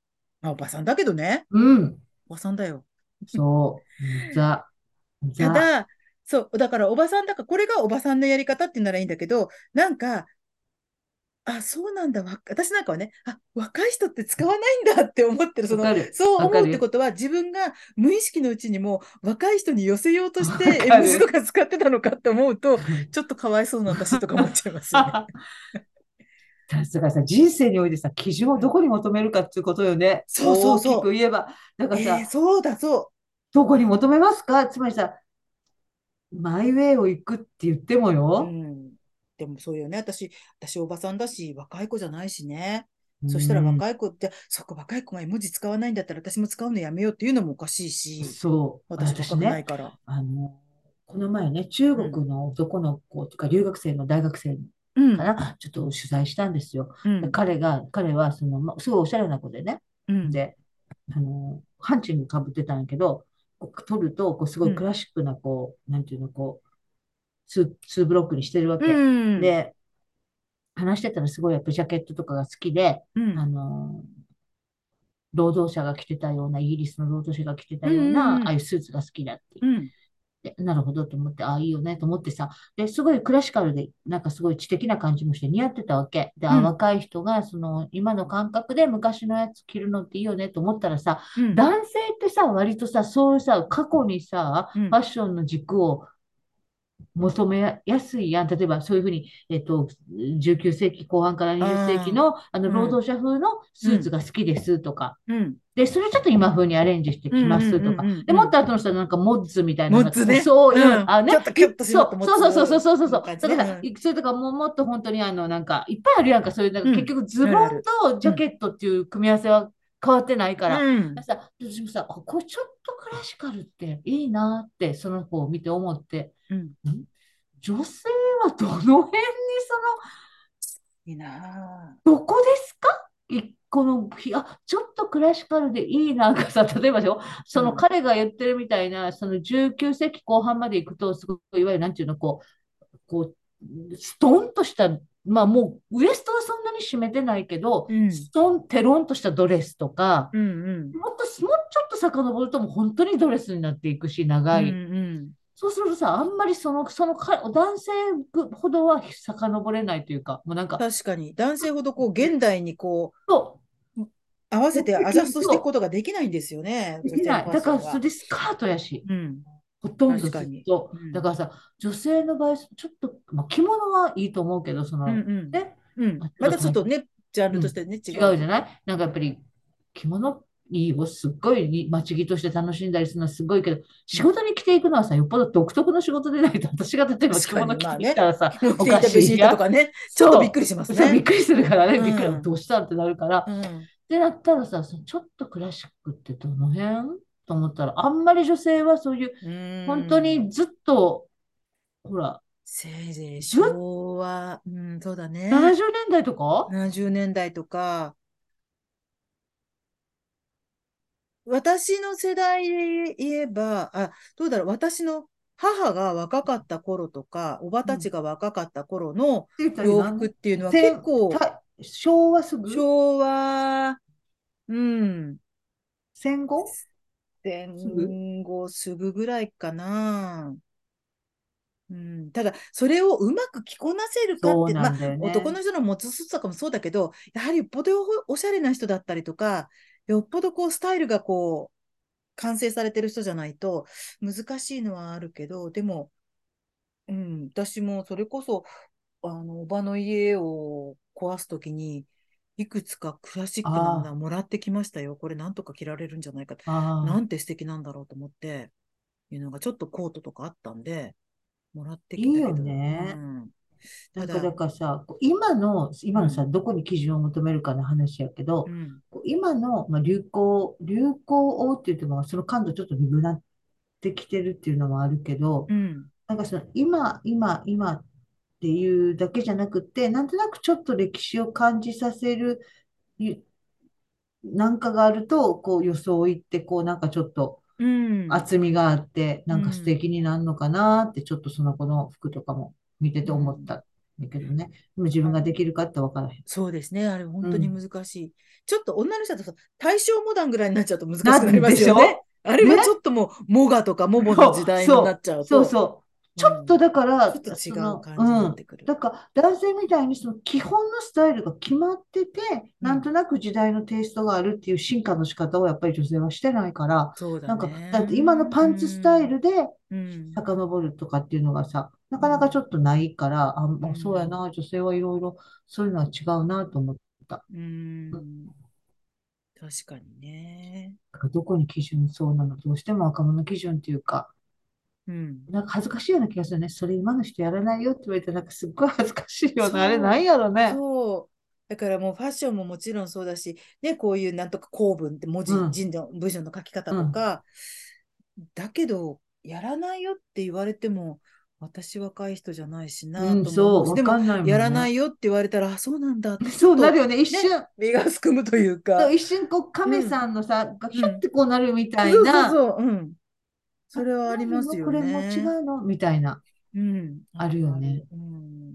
まあ、おばさんだけどね、
うん。
おばさんだよ。 [LAUGHS]
そう。ザ。
た
ザ。
だ、そう、だからおばさんだから、これがおばさんのやり方っていうならいいんだけど、なんか、あ、そうなんだ、わ私なんかはね、あ、若い人って使わないんだって思ってる、その
わかる。
そう
わか
思う
る
ってことは、自分が無意識のうちにもう若い人に寄せようとして
わかる
絵文字とか使ってたのかって思うと、ちょっとかわいそうな私とか思っちゃいます
[LAUGHS]
よね。
さすがさ、人生においてさ、基準をどこに求めるかっていうことよね。
そうそうそう
大きく言えば。だからさ、
えーそうだ、そ
どこに求めますかつまりさ、マイウェイを行くって言っても
う。
よ
う。ん。でもそうよね。私、私おばさんだし、若い子じゃないしね。そしたら
い。
若い子って、そっか、若い子が絵文字使わないんだったら私も使うのやめようっていうのもおかしいし、
そう。
私と
私
かもない
ね、
から。
あの、この前ね、中国の男の子とか留学生の大学生
うん
か。な、ちょっと取材したんですよ。
う
で
ん。
彼が、彼はその、ま、すごいおしゃれな子でね、
うん。
で、あの、ハンチングかぶってたんやけど、こう撮ると、こう、すごいクラシックな、こう、なんていうの、こう、ツー、2ブロックにしてるわけ。
うん。
で、話してたらすごいやっぱジャケットとかが好きで、
うん、
あの、労働者が着てたような、イギリスの労働者が着てたよう
う
な、
んうんうん
ああいうスーツが好きだって言
うん。
って、なるほどと思って、ああ、いいよねと思ってさ、で、すごいクラシカルで、なんかすごい知的な感じもして似合ってたわけ。で、あ
うん
若い人が、その、今の感覚で昔のやつ着るのっていいよねと思ったらさ、
うん。
男性ってさ、割とさ、そういうさ、過去にさ、
うん
ファッションの軸を求めやすいやん。例えば、そういうふうに、えっと、19世紀後半から20世紀の、あの、
うん
労働者風のスーツが好きですとか。
うん。
で、それちょっと今風にアレンジしてきますとか
うんうんうんうん。
で、もっと後の人はなんかモッズみたいな。
モッズね
そういうう、
ん
あね。
ちょっとキュッと絞ったモッズ
そうそうそうそうそうそう。
の感じ
だ
ね
からさ
う
それとかもうもっと本当にあの、なんか、いっぱいあるやんか。そういう、なんか
うん
結局ズボ
あるあ
ン
る
とジャケットっていう組み合わせは変わってないから。
うん
さ、私もさ、ここちょっとクラシカルっていいなって、その子を見て思って、
うん。
女性はどの辺に
いいな
その、どこですかいこの、ひあ、ちょっとクラシカルでいいながさ、 [LAUGHS] 例えばでしょ、その
うん
彼が言ってるみたいな、その19世紀後半まで行くと、すごい、いわゆるなんていうの、こう、こう、ストンとした、まあもうウエストはそんなに締めてないけど、
うん
ストン、テロンとしたドレスとか、
ぁ。うんうん。
もっとす、もうちょっと遡るともう本当にドレスになっていくし、長い。
うんうん。
そうするとさ、あんまりその、そのか、男性ほどは遡れないというか、もうなんか、
確かに、男性ほどこう、現代にこう、
そ
合わせてアジャストしていくことができないんですよね。
う、できない。
女性の
だ
フ
か
ァッ
ら、
ションは
それでスカートやし、
うん。
ほとんどず
確かに
っと
うん。
だからさ、女性の場合、ちょっと、まあ、着物はいいと思うけど、その、
うん
ね、
うん。うん。またちょっとね、ジャンルとしてね、違
違
う。
うじゃないなんかやっぱり、着物いいをすっごいに待ち着として楽しんだりするのはすごいけど、仕事に着ていくのはさ、よっぽど独特の仕事でないと、私が例えば
確
着
かに
物着
まあ
て
ね
きたらさ、
持っ
お
ていた
か
ベ
し
シ
い
ー
や
タ
ん
とかね、ち
そう
ょっとびっくりします
そう、びっ
ね。
くりするからね、
うん
びっくり、どうしたんってなるから。
うん。
で、なったらさ、そのちょっとクラシックってどの辺と思ったら、あんまり女性はそういう、
うん
本当。にずっと、ほら、
せいぜい昭和、うん、そうだね。
70年代とか
70年代とか、私の世代で言えば、あ、どうだろう、私の母が若かった頃とか、おばたちが若かった頃の洋服っていうのは
せ
結構
た昭和すぐ
昭和、うん、
戦後
戦後すぐぐらいかな。うん、ただ、それをうまく着こなせるかっ
そう
て、
なんだよ
ま
ね。
あ、男の人の持つスーツとかもそうだけど、やはりよっぽどおしゃれな人だったりとか、よっぽどこうスタイルがこう、完成されてる人じゃないと難しいのはあるけど、でも、うん、私もそれこそ、あの、おばの家を壊すときに、いくつかクラシックなものはもらってきましたよ。これなんとか着られるんじゃないかって。
ああ
なんて素敵なんだろうと思って、いうのがちょっとコートとかあったんで、もらってきたけど。
いいよね
うん
なん
ただ
かだからさ、こう今の、今のさ、
う
どこに基準を求めるかの話やけど
う、ん。
こう今の、まあ、流行、流行をって言っても、その感度ちょっと鈍なってきてるっていうのはあるけど、
うん。
なんかその今、今、今っていうだけじゃなくて、なんとなくちょっと歴史を感じさせるゆなんかがあると、こう、装いって、こう、なんかちょっと
うん。
厚みがあって、なんか素敵になるのかなって、ちょっとその子の服とかも見てて思ったんだけどね。でも自分ができるかって分か
[LAUGHS]
らへん。
そうですね。あれ、本当に
う
難しい。ちょっと女の人だとさ、大正モダンぐらいになっちゃうと難しく
な
なりますよ
るでし
ね。あれは
ね
ちょっともう、モガとかモボの時代になっちゃうと。
そうそう。ちょっとだから、
ちょっと違
そうの
感じにな
うん
ってくる。
だから男性みたいにその基本のスタイルが決まってて、なんとなく時代のテイストがあるっていう進化の仕方をやっぱり女性はしてないから、
そうだ
なんか、
ね。
だって今のパンツスタイルで
うん、
遡るとかっていうのがさ、なかなかちょっとないから、あ、
ん
そうやな、女性はいろいろそういうのは違うなと思って、
うん。確かにね。
だからどこに基準そうなの、どうしても若者基準っていうか、
うん。
なんか恥ずかしいような気がするね。それ今の人やらないよって言われたら、なんかすっごい恥ずかしいよ
そう
な。あれなんやろね。
そう。だからもうファッションももちろんそうだし、ね、こういうなんとか構文って文字、
うん
人の文章の書き方とか、だけど、やらないよって言われても、私若い人じゃないしなと
う
思
ん、
うし、
そう、わ
でも、
かんないもん
やら
ね
ないよって言われたら、あそうなんだって、
[LAUGHS] そうなるよね、一瞬、
身がすくむというか。
一瞬こう、亀さんのさ、がヒュッてこうなるみたい
そうそう
な、
そう、うん。それはありますよね。
これも違うのみたいな、
うん、
あるよね
ある。うん、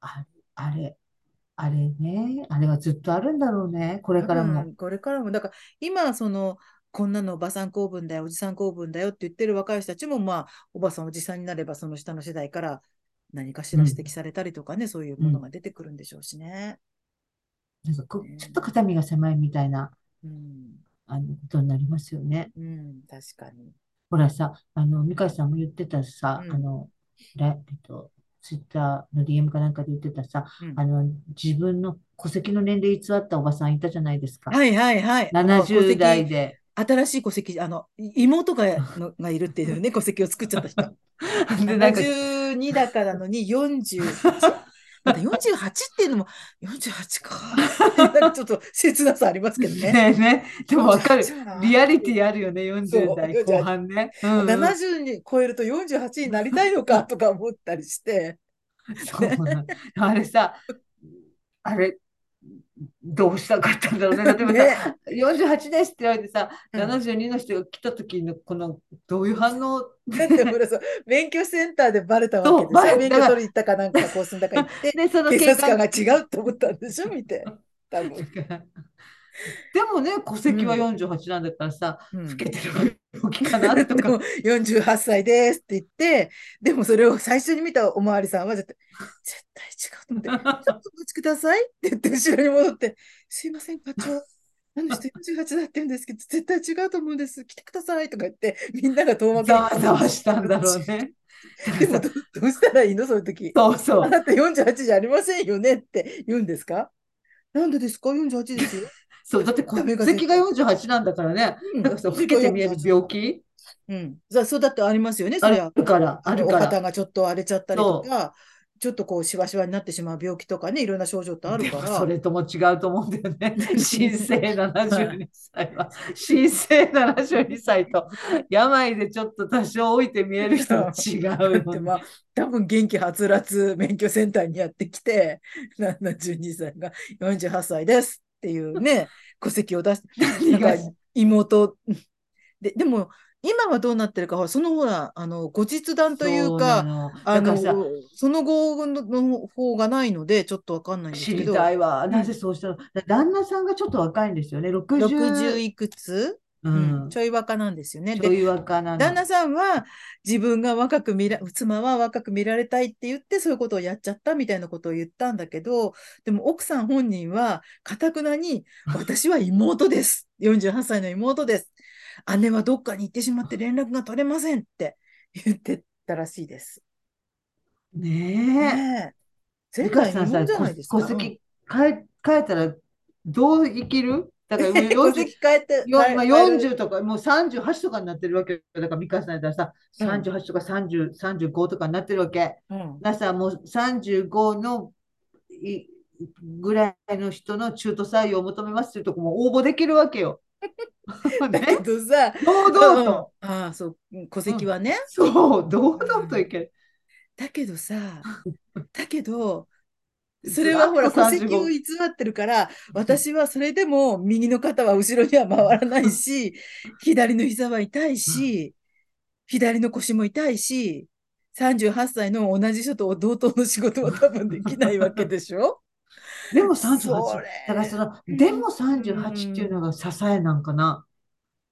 ああれ、あれね、あれはずっとあるんだろうね、これから
多
も。
分これからも、だから今、その、こんなのおばさん公文だよ、おじさん公文だよって言ってる若い人たちも、まあ、おばさん、おじさんになれば、その下の世代から何かしら
うん
指摘されたりとかね、そういうものが出てくるんでしょうしね。
なんかこうちょっと肩身が狭いみたいな、
うん、
あの、ことになりますよね。
うん、確かに。
ほらさ、あの、美香さんも言ってたさ、
うん
あの、らえっと、ツイッターの DM かなんかで言ってたさ、
うん
あの、自分の戸籍の年齢偽ったおばさんいたじゃないですか。
はいはいはい。
70
戸籍
代で。
新しい戸籍、あの、い妹がのがいるっていうね、戸籍を作っちゃった人。
で、なんか、
72だからのに48。まだ48っていうのも、48か。 [LAUGHS] なんかちょっと切なさありますけどね。
ねえねえ、でもわかる。リアリティあるよね、
そう
40代後半ね。うんうん
70に超えると48になりたいのかとか思ったりして。
そうなのあれさ、あれ、どうしたかったんだろうね。例えばさ、
ね
48ですって言われてさ、
うん
72の人が来た時のこの、どういう反応
だってほらそう、免許センターでバレたわけで
そうバレ
さ、
た
免許取り行ったかなんか、こうすんだか行って、
で、その
警
警
察
官
官が違うと思ったんでしょ、見て。多分。
でもね、戸籍は48なんだからさ、
う
老
ん
けてる病気かなと
で
か
[LAUGHS] も、48歳ですって言って、でもそれを最初に見たおまわりさんは絶対、絶対違うと思って、ちょっとお待ちくださいって言って、後ろに戻って、すいません、課長、あの人48だって言うんですけど、絶対違うと思うんです、来てくださいとか言って、みんなが遠巻き
ざわざわしたんだろうね。
でもど、どうしたらいいの、そういう時
そうそ
あ
う。
なた48じゃありませんよねって言うんですかなんでですか ?48 ですよ。
そう、だって戸籍が48なんだからね。
うん
[LAUGHS] なんかさ、老けて見える病気
うん。じゃあそうだってありますよね、そ
あ
りゃ。
るから、あるか
お
ら。
肌がちょっと荒れちゃったりとか、ちょっとこうしわしわになってしまう病気とかね、いろんな症状ってある
で
か
も
ら。
それとも違うと思うんだ
[LAUGHS]
よね。神聖72歳は、神聖72歳と、病でちょっと多少老いて見える人は違う
だっ [LAUGHS]
よ
て
ね。
まあ、多分元気はつらつ免許センターにやってきて、72歳が48歳ですっていう
[LAUGHS]
ね、戸籍を出して、なん
何
か
が
妹で、でも今はどうなってるか、ほらそのほら、あの後日談という
そう
か、
なの
あ
だか
の
らさ、
その後の方がないので、ちょっとわかんないんです
知
け
り
ど、
たいわ。なぜそうしたのだ旦那さんがちょっと若いんですよね。
60
60、
いくつ
う
うん
ん、
ちょい若なんですよね。
ちょ
で、
い若なの。
旦那さんは自分が若く見ら、妻は若く見られたいって言って、そういうことをやっちゃったみたいなことを言ったんだけど、でも奥さん本人は、かたくなに、私は妹です。48歳の妹です。姉はどっかに行ってしまって連絡が取れませんって言ってたらしいです。
ねえ。
ねえ。
美
前回
香さ
日
んさ、
本じゃないですか。
戸籍変え、変えたらどう生きるだから
うん戸
40
籍変えて、
よ
変え
まあ、
変える
40とか、もう38とかになってるわけよだから、美香さんだったらさ、
うん
38とか30、35とかになってるわけ。
うん
だからさ、もう35のいぐらいの人の中途採用を求めますっていうとこも応募できるわ
[LAUGHS]
けよ。
だけ
ね、
どさ、
堂々と。
うんああ、そう、戸籍はね。
そう、堂々といける。
[LAUGHS] だけどさ、だけど、それはほら、
ずっ
戸
と35
籍を偽ってるから、私はそれでも右の肩は後ろには回らないし、左の膝は痛いし、左の腰も痛いし、38歳の同じ人と同等の仕事は多分できないわけでしょ
でも38
それ
だからその、でも38っていうのが支えなんかな。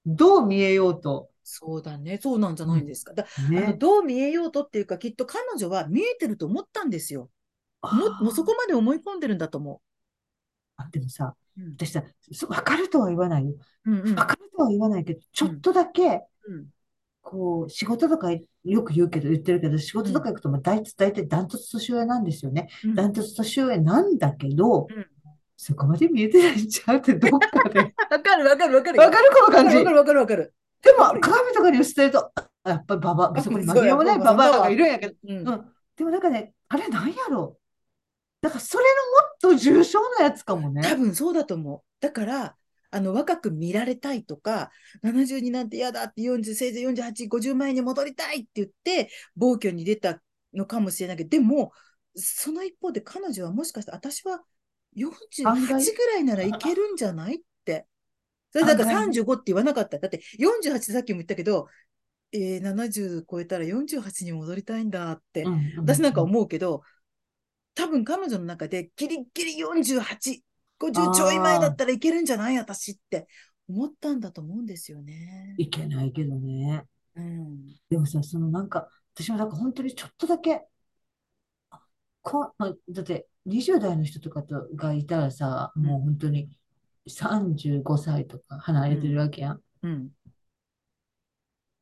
どう見えようと。
[LAUGHS] そうだね。そうなんじゃないですか。だあの
ね。
どう見えようとっていうか、きっと彼女は見えてると思ったんですよ。ももうそこまで思い込んでるんだと思
あでもさ、
う。うん
私さ、そ分かるとは言わないよ。
うんうん
分かるとは言わないけど、ちょっとだけ、
うん
こう、仕事とかよく言うけど、言ってるけど、仕事とか行くと、まあ、大体、大体ダントツ年上なんですよね。
うん
ダントツ年上なんだけど
うん、
そこまで見えてないんちゃうって、どっかで。
[LAUGHS] わかるわかるわかるよ。
わかるこの感じ。
わかるわかるわかる。
でも、鏡とかに映ってると、あやっぱりババア、そこに紛れもないババアがいるんやけど、
うん
うん。でもなんかね、あれなんやろだから、それのもっと重症なやつかもね。
多分そうだと思う。だから、あの、若く見られたいとか、70になって嫌だって40、せいぜい48、50万円に戻りたいって言って、暴挙に出たのかもしれないけど、でも、その一方で彼女はもしかして、私は
案
48
外
ぐらいならいけるんじゃないって。それだから
案
35って言わなかった。だって48ってさっきも言ったけど、えー、70超えたら48に戻りたいんだって。
うんう
私なんか思うけど、多分彼女の中でギリギリ48、50ちょい前だったらいけるんじゃない私って思ったんだと思うんですよね。
いけないけどね。
うん。
でもさ、そのなんか、私もなんか本当にちょっとだけ、あこまあだって20代の人とかとがいたらさ、
うん
もう本当に35歳とか離れてるわけやん。
うん。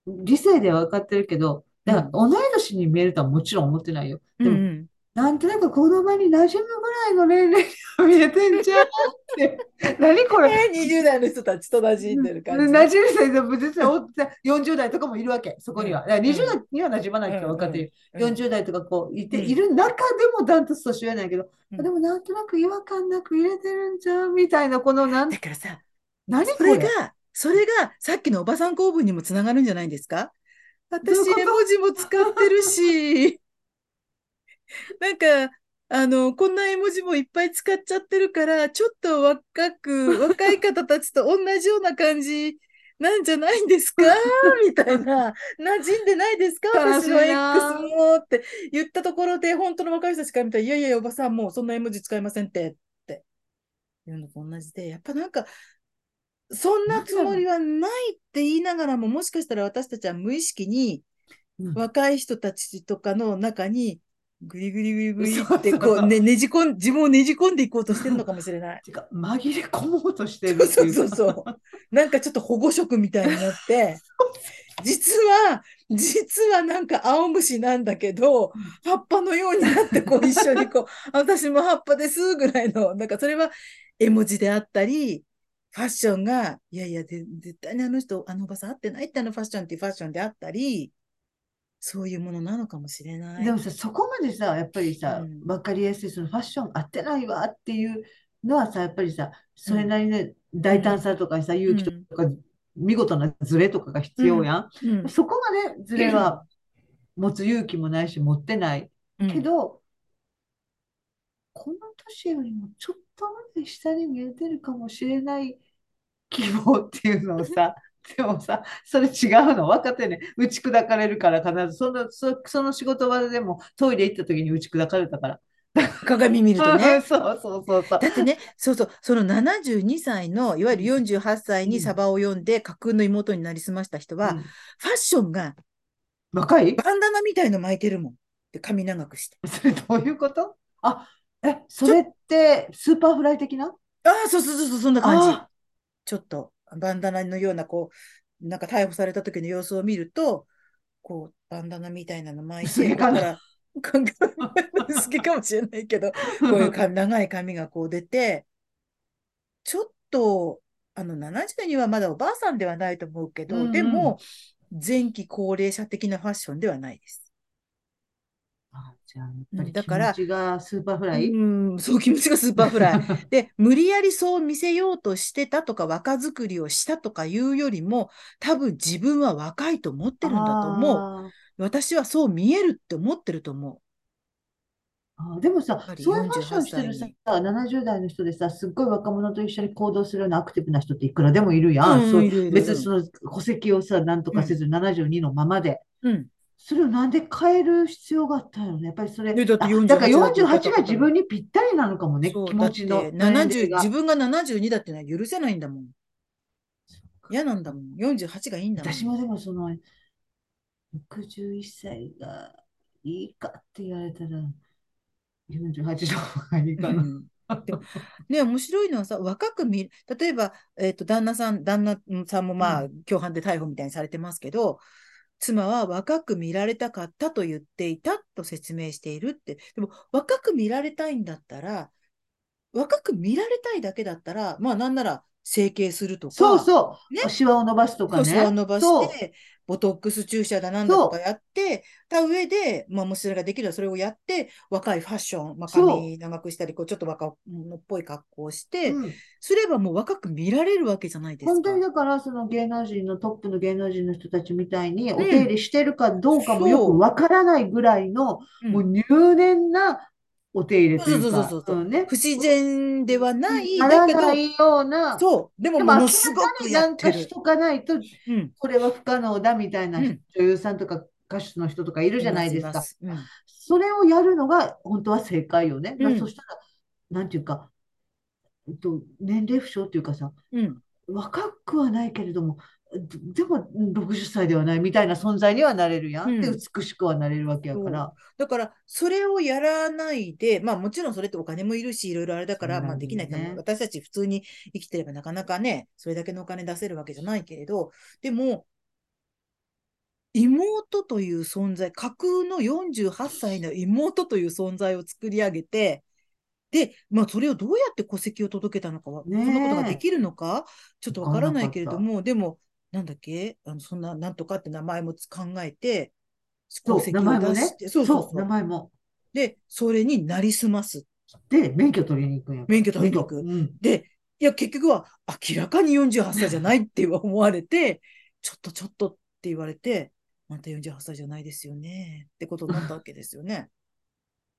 理性では分かってるけど、だから
うん
同い年に見えるとはもちろん思ってないよ。でも、
うん
なんとなく子供に馴染むぐらいの年齢が見えてんじゃん
[LAUGHS]
って。何こ
え
れ。
ー、20代の人たちと馴染んでる感じ。
馴染む人も実はお40代とかもいるわけ、そこには。だから20代には馴染まないって分かってる。
うん
40代とかこういて、
うん
いる中でもダントツ年上なんやけど、
うん
でもなんとなく違和感なく入れてるんじゃんみたいなこのなん
だからさ、
何
そ
こ
れ
れ
が、それがさっきのおばさん構文にもつながるんじゃないんですか
どういう
私、
こと
絵文字も使ってるし、 [LAUGHS] なんか、あの、こんな絵文字もいっぱい使っちゃってるから、ちょっと若 [LAUGHS] く、若い方たちと同じような感じなんじゃないん [LAUGHS] ですかみたいな、馴染んでないですか
悲
私
しい
の
な
X もって言ったところで、本当の若い人たちから見たら、いやいやいや、おばさん、もうそんな絵文字使いませんって、っていうのと同じで、やっぱなんか、そんなつもりはないって言いながらも、もしかしたら私たちは無意識に
うん
若い人たちとかの中にぐりぐりぐりぐり
そう
ってこ
そうう。
ねねじ込ん、自分をねじ込んでいこうとしてるのかもしれない
てか紛れ込もうとしてる
そう
って
そ
いうう
そうそう。なんかちょっと保護色みたいにな
[LAUGHS]
って、実は、実はなんか青虫なんだけど、葉っぱのようになってこう一緒にこ
[LAUGHS]
う、私も葉っぱですぐらいの、なんかそれは絵文字であったり、ファッションが、いやいや、で絶対にあの人、あのおばさん合ってないってあのファッションっていうファッションであったり、そういうものなのかもしれない。
でもさそこまでさやっぱりさ、
うん
分かりやすいそのファッション合ってないわっていうのはさやっぱりさそれなりの大胆さとかさ、勇気とか、見事なズレとかが必要やん、
うん、
そこまでズレは持つ勇気もないし持ってないけど、この年よりもちょっとまで下に見えてるかもしれない希望っていうのをさ、
[LAUGHS]
でもさ、それ違うの分かってんねん。打ち砕かれるから必ず、その、そ、その仕事場でもトイレ行った時に打ち砕かれたから。
鏡見るとね。
[LAUGHS] そうそうそうそ
[LAUGHS]
う。
だってね、そうそう、その72歳の、いわゆる48歳にサバを読んで、架空の妹になりすました人は、
うん
ファッションが
若い [LAUGHS]
バンダナみたいの巻いてるもん。で、髪長くして。
それどういうことあ、え、それってスーパーフライ的な
ああ、そうそうそうそう、そんな感じ
あ。
ちょっと、バンダナのような、こう、なんか逮捕された時の様子を見ると、こう、バンダナみたいなの巻い
す
て、
げかな
だから、かん [LAUGHS] 好きかもしれないけど、こういうか長い髪がこう出て、ちょっと、あの、70にはまだおばあさんではないと思うけど、
うんうん
でも、前期高齢者的なファッションではないです。
[LAUGHS] あじゃあ、やっぱ
うん
り
だ
気
から
持ちがスーパーフライ
うん、そう気持ちがスーパーフライ。 [LAUGHS] で、無理やりそう見せようとしてたとか、若作りをしたとかいうよりも、多分自分は若いと
[LAUGHS]
思ってるんだと思う。
あー
私はそう見えるって思ってると思う。
あーでもさ
やっぱ、り
そういうファッショ
48
ンしてるさ、
歳
70代の人でさ、すっごい若者と一緒に行動するようなアクティブな人っていくらでもいるやん。
うん
そう、
いるいる
別にその戸籍をさ、なんとかせず72のままで。
うん。
それをなんで変える必要があったのね。やっぱりそれ、
えだって
あ
48
だから
だって言い
48
方
が自分にぴったりなのかもね、
そう、
気持ち
だって
の年
70
齢が。
自分が72だってのは許せないんだもん。嫌なんだもん。48がいいんだもん。
私もでもその、61歳がいいかって言われたら、48の方がいいか
う
な。
んでもね、面白いのはさ、若く見、例えば、えっと、旦那さん、旦那さんもまあ、共犯で逮捕みたいにされてますけど、妻は若く見られたかったと言っていたと説明しているって。でも、若く見られたいんだったら、若く見られたいだけだったら、まあ、なんなら整形するとか、
そうそ
ね
う、シワを伸ばすとか
そうシワを
ね。
伸ば
そう
して、ボトックス注射だなんだとかやって、た上で、まあ、もしそれができればそれをやって、若いファッション、まあ、
そう
髪長くしたり、こうちょっと若者っぽい格好をして、
うん
すればもう若く見られるわけじゃないですか。
本当にだから、その芸能人のトップの芸能人の人たちみたいに、お手入れしてるかどうかもよ
そう
くわからないぐらいの、
うん
もう入念なお手入れという
そうそう
か、
そうそう
うんね。
不自然ではない、
な
だ
ら
けど、
ないような、
そう、でも
で
も
も
の
明
す
ら
ご
か
く
に
や
な
っ
ん
て
か
る
し。とかないと、
うん、
これは不可能だみたいな
うん
女優さんとか歌手の人とかいるじゃない
い
ですか。
ますいます
それをやるのが本当は正解よね。だから
うん
そしたら、なんていうか、えっと、年齢不詳っていうかさ、
うん、うん
若くはないけれども、ででもうん60歳ではないみたいな存在にはなれるやん。で、
うん
美しくはなれるわけやから。
だから、それをやらないで、まあもちろんそれってお金もいるし、いろいろあれだから、
そう
まあ
なんだ
で
よね
きないけど、私たち普通に生きてればなかなかね、それだけのお金出せるわけじゃないけれど、でも、妹という存在、架空の48歳の妹という存在を作り上げて、で、まあそれをどうやって戸籍を届けたのかは、
ねえ
そんなことができるのか、ちょっとわからないけれど
わか
も、でも、なんだっけあの、そんな、なんとかって名前もつ考えて、
そう
戸籍
名
を
前も
出
ね
して、そうそうそ
そ
う
う、名前も。
で、それになりすます。
で、免許取りに行くんやから。
免許取りに行く
免許うん
で、いや、結局は明らかに48歳じゃないって思われて、ちょっとちょっとって言われて、あんた48歳じゃないですよねってことになったわけですよね。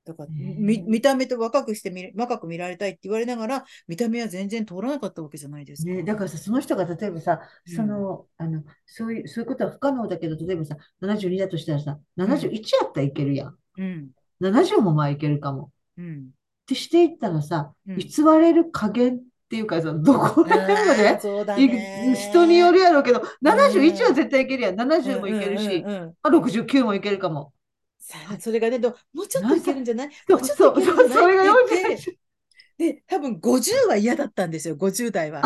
だ
[LAUGHS]
から、
ねえ
み見た目と若くしてみ、若く見られたいって言われながら、見た目は全然通らなかったわけじゃないですか。
ね、だからさ、その人が例えばさ、
うん
その、あの、そういう、そういうことは不可能だけど、例えばさ、72だとしたらさ、71やったらいけるやん。
うん、
70もまあいけるかも。
うん。
ってしていったらさ、
うん
偽れる加減っていうかさ、どこら辺まで
あーそうだ
い
ね。
人によるやろうけど、71は
うん
絶対いけるやん。70もいける
うん
し
う、んうんうん
まあ69もいけるかも。
さあ、それがね、でももうちょっといけるんじゃないも
そうう
ちょっ
そ、
というけるん
そ
じゃ
う、
ない
それが
って言って
48。
で、多分50は嫌だったんですよ、50代
[LAUGHS]
は。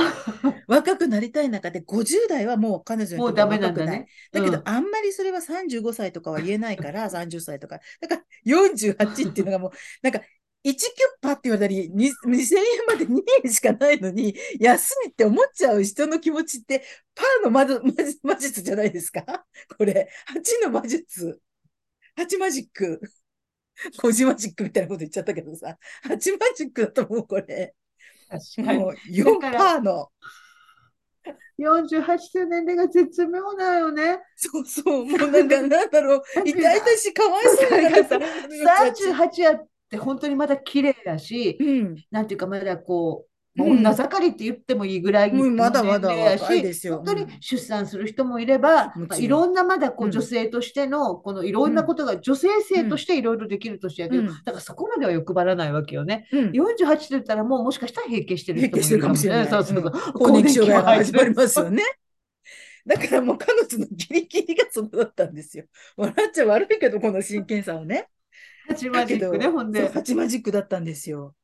若くなりたい中で、50代はもう彼女にとっ
もう
て
ダ
は
メな
若
ん
く
だ
ない。
ね。
だけ
う
ど
ん、
あんまりそれは35歳とかは言えないから、30歳と
[LAUGHS]
か。だから48っていうのがもう、なんか、1キュッパって言われたり、に2000円まで2円しかないのに、安いって思っちゃう人の気持ちって、パーの魔術魔術 [LAUGHS] 魔術じゃないですかこれ、8の魔術。8マジック。50マジックみたいなこと言っちゃったけどさ、8マジックだと思う、これ。
確かに。
もう4
だか
パーの。
48という年齢が絶妙だよね。
そうそう、もうなん
[LAUGHS]
か、なんだろう、痛々しい、かわいそうだな
38
と思う。
38やって本当にまだ綺麗だし、
うん、
なんていうか、まだこう、
うん
もう女盛りって言ってもいいぐらいの
うんまだまだ
年齢や
若い
し、
ですよ
本当に
うん
出産する人もいれば、
もちろん
まあいろんなまだこ
う
うん女性としての、このいろんなことが女性性としていろいろできる年やけど、
うん
だからそこまでは欲張らないわけよね。
うん。
48って言ったらもうもしかしたら閉経してる人もいるかもしれない。
閉経してるかもしれない
そうそうそう。
更年期障害が始まります
そう
よね。だからもう彼女のギリギリがそこだったんですよ。笑っちゃ悪いけど、この真剣さをね。
8マジックね、ほん
そう
で。
8マジックだったんですよ。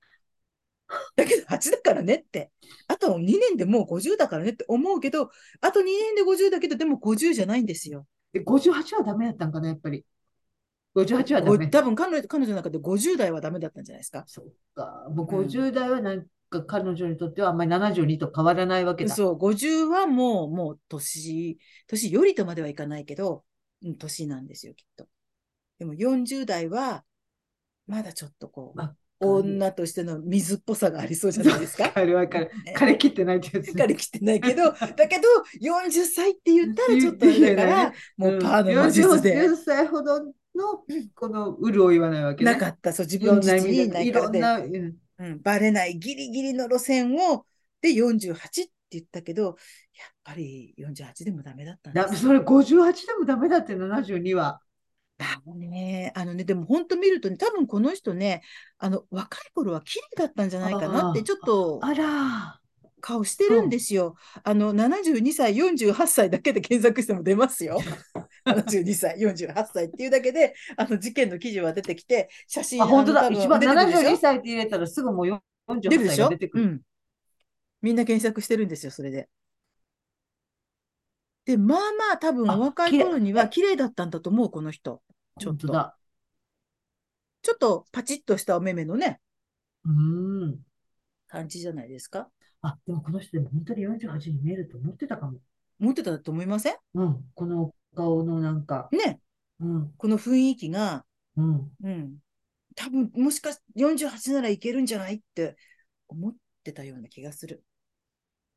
だけど8だからねって。あと2年でもう50だからねって思うけど、あと2年で50だけど、でも50じゃないんですよ。
で58はダメだったんかな、やっぱり。58はダ
ご
メ。
多分彼女彼女の中で50代はダメだったんじゃないですか。
そっか。もう
うん
50代はなんか彼女にとってはあんまり72と変わらないわけだ。
そう、50はもう、もう年、年よりとまではいかないけど、うん年なんですよ、きっと。でも40代は、まだちょっとこう、
まあ
女としての水っぽさがありそうじゃないですか。
あれわかる。枯れ切ってないってやつ。
彼来てないけ
[LAUGHS]
ど、だけど、40歳って言ったらちょっとあれだから、もうパーの魔術で。
40歳ほどの、この潤いはないわけね。
なかった、そう、自
いろ
分
んな
自身
意味で、
ないい
ろ
か
ん
で、
な、うん
うん、バレないギリギリの路線を、で、48って言ったけど、やっぱり48でもダメだったんで
だ
す
それ58でもダメだって、72は。
だね。あのね、でも本当見るとね、多分この人ね、あの、若い頃は綺麗だったんじゃないかなって、
あー
ちょっと
あら、
顔してるんですよ。あの、72歳、48歳だけで検索しても出ますよ。72歳、48歳っていうだけで、あの、事件の記事は出てきて、写真、
あ、本当だ、
あの
一番
多分出てくるでしょ
72歳って入れたらすぐもう
出る
48
で
歳
しょ
が出てく
う
る。
ん。みんな検索してるんですよ、それで。で、まあまあ、多分
あ
お若い
綺麗
頃には綺麗だったんだと思う、この人。ちょっ
本当
と。
だ。
ちょっとパチッとしたお目目のね、
うん。
感じじゃないですか。
あ、でもこの人でも本当に48に見えると思ってたかも。
持ってたと思いません
うん、このお顔のなんか、
ね。
うん、
この雰囲気が、
うん。
うん。多分、もしかし48ならいけるんじゃないって思ってたような気がする。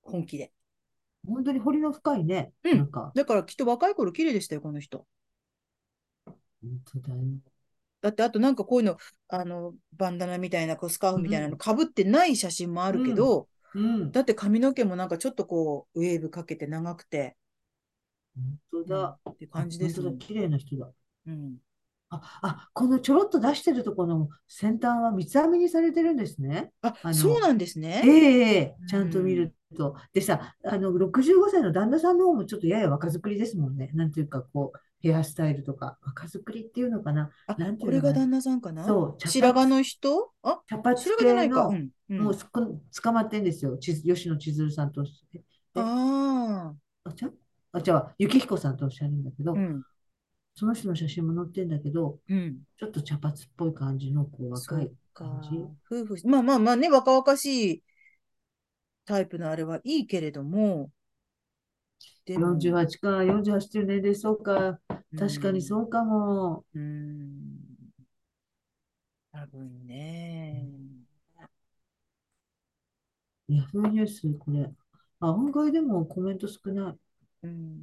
本気で。
本当に彫りの深いね。
うん
なんか、
だからきっと若い頃綺麗でしたよ、この人。
本当だよ。
だってあとなんかこういうの、あの、バンダナみたいな、こうスカーフみたいな
う
の
ん
被ってない写真もあるけど、
うん、
だって髪の毛もなんかちょっとこう、ウェーブかけて長くて、
本当だ。
って感じです
あ
も
本
ん
当だ、。綺麗な人だ。
うん。
あ、あ、このちょろっと出してるところの先端は三つ編みにされてるんですね。
あ、
あの
そうなんですね。
ええちゃんと見ると。でさ、あの、65歳の旦那さんの方もちょっとやや若作りですもんね。なんていうか、こう、ヘアスタイルとか、若作りっていうのかな。
あ、
なんて
こ
いう
れ
の
が
かな。
旦那さんかな
そう、茶
白
髪
髪の人あ、
茶髪
白髪じゃ
系
ないか。う
の、
ん。うん
もうすっこ捕まってんですよ。ちず吉野千鶴さんと、
あ
あ、ちゃ、あ、じゃあ、幸彦さんとおっしゃるんだけど
あ。う、ん。
その人の写真も載ってんだけど、
うん。
ちょっと茶髪っぽい感じの、こう、若
そ
いう
か
感じ。。
夫婦、まあまあまあね、若々しいタイプのあれはいいけれども、でも、
48か、48っていう年齢そうか、確かにそうかも。
うん。うん。多分ね。
ヤフーニュース、これ。あ、案外でもコメント少ない。
うん。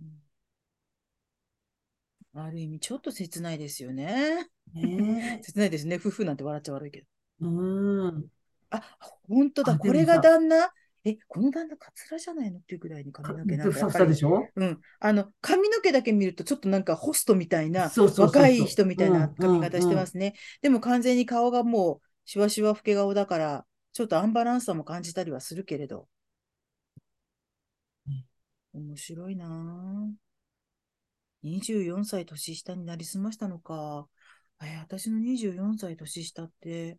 ある意味、ちょっと切ないですよね。 [LAUGHS]
ね
切ないですね。夫婦なんて笑っちゃ悪いけど。
え。うん。
あ、本当だ。
あ
これ
でも
が
さ
旦那。え、この旦那、カツラじゃないのっていうぐらいに
か
髪の毛なん
ふ
か
さ
やっ
ふ
ぱ
さ
り
でしょ
うん、あの髪の毛だけ見るとちょっとなんかホストみたいな
そうそうそうそう。
若い人みたいな髪型してますすね、でも完全に顔がもうしわしわ老け顔だからちょっとアンバランスさも感じたりはするけれど面白いなぁ24歳年下になりすましたのかえー私の24歳年下って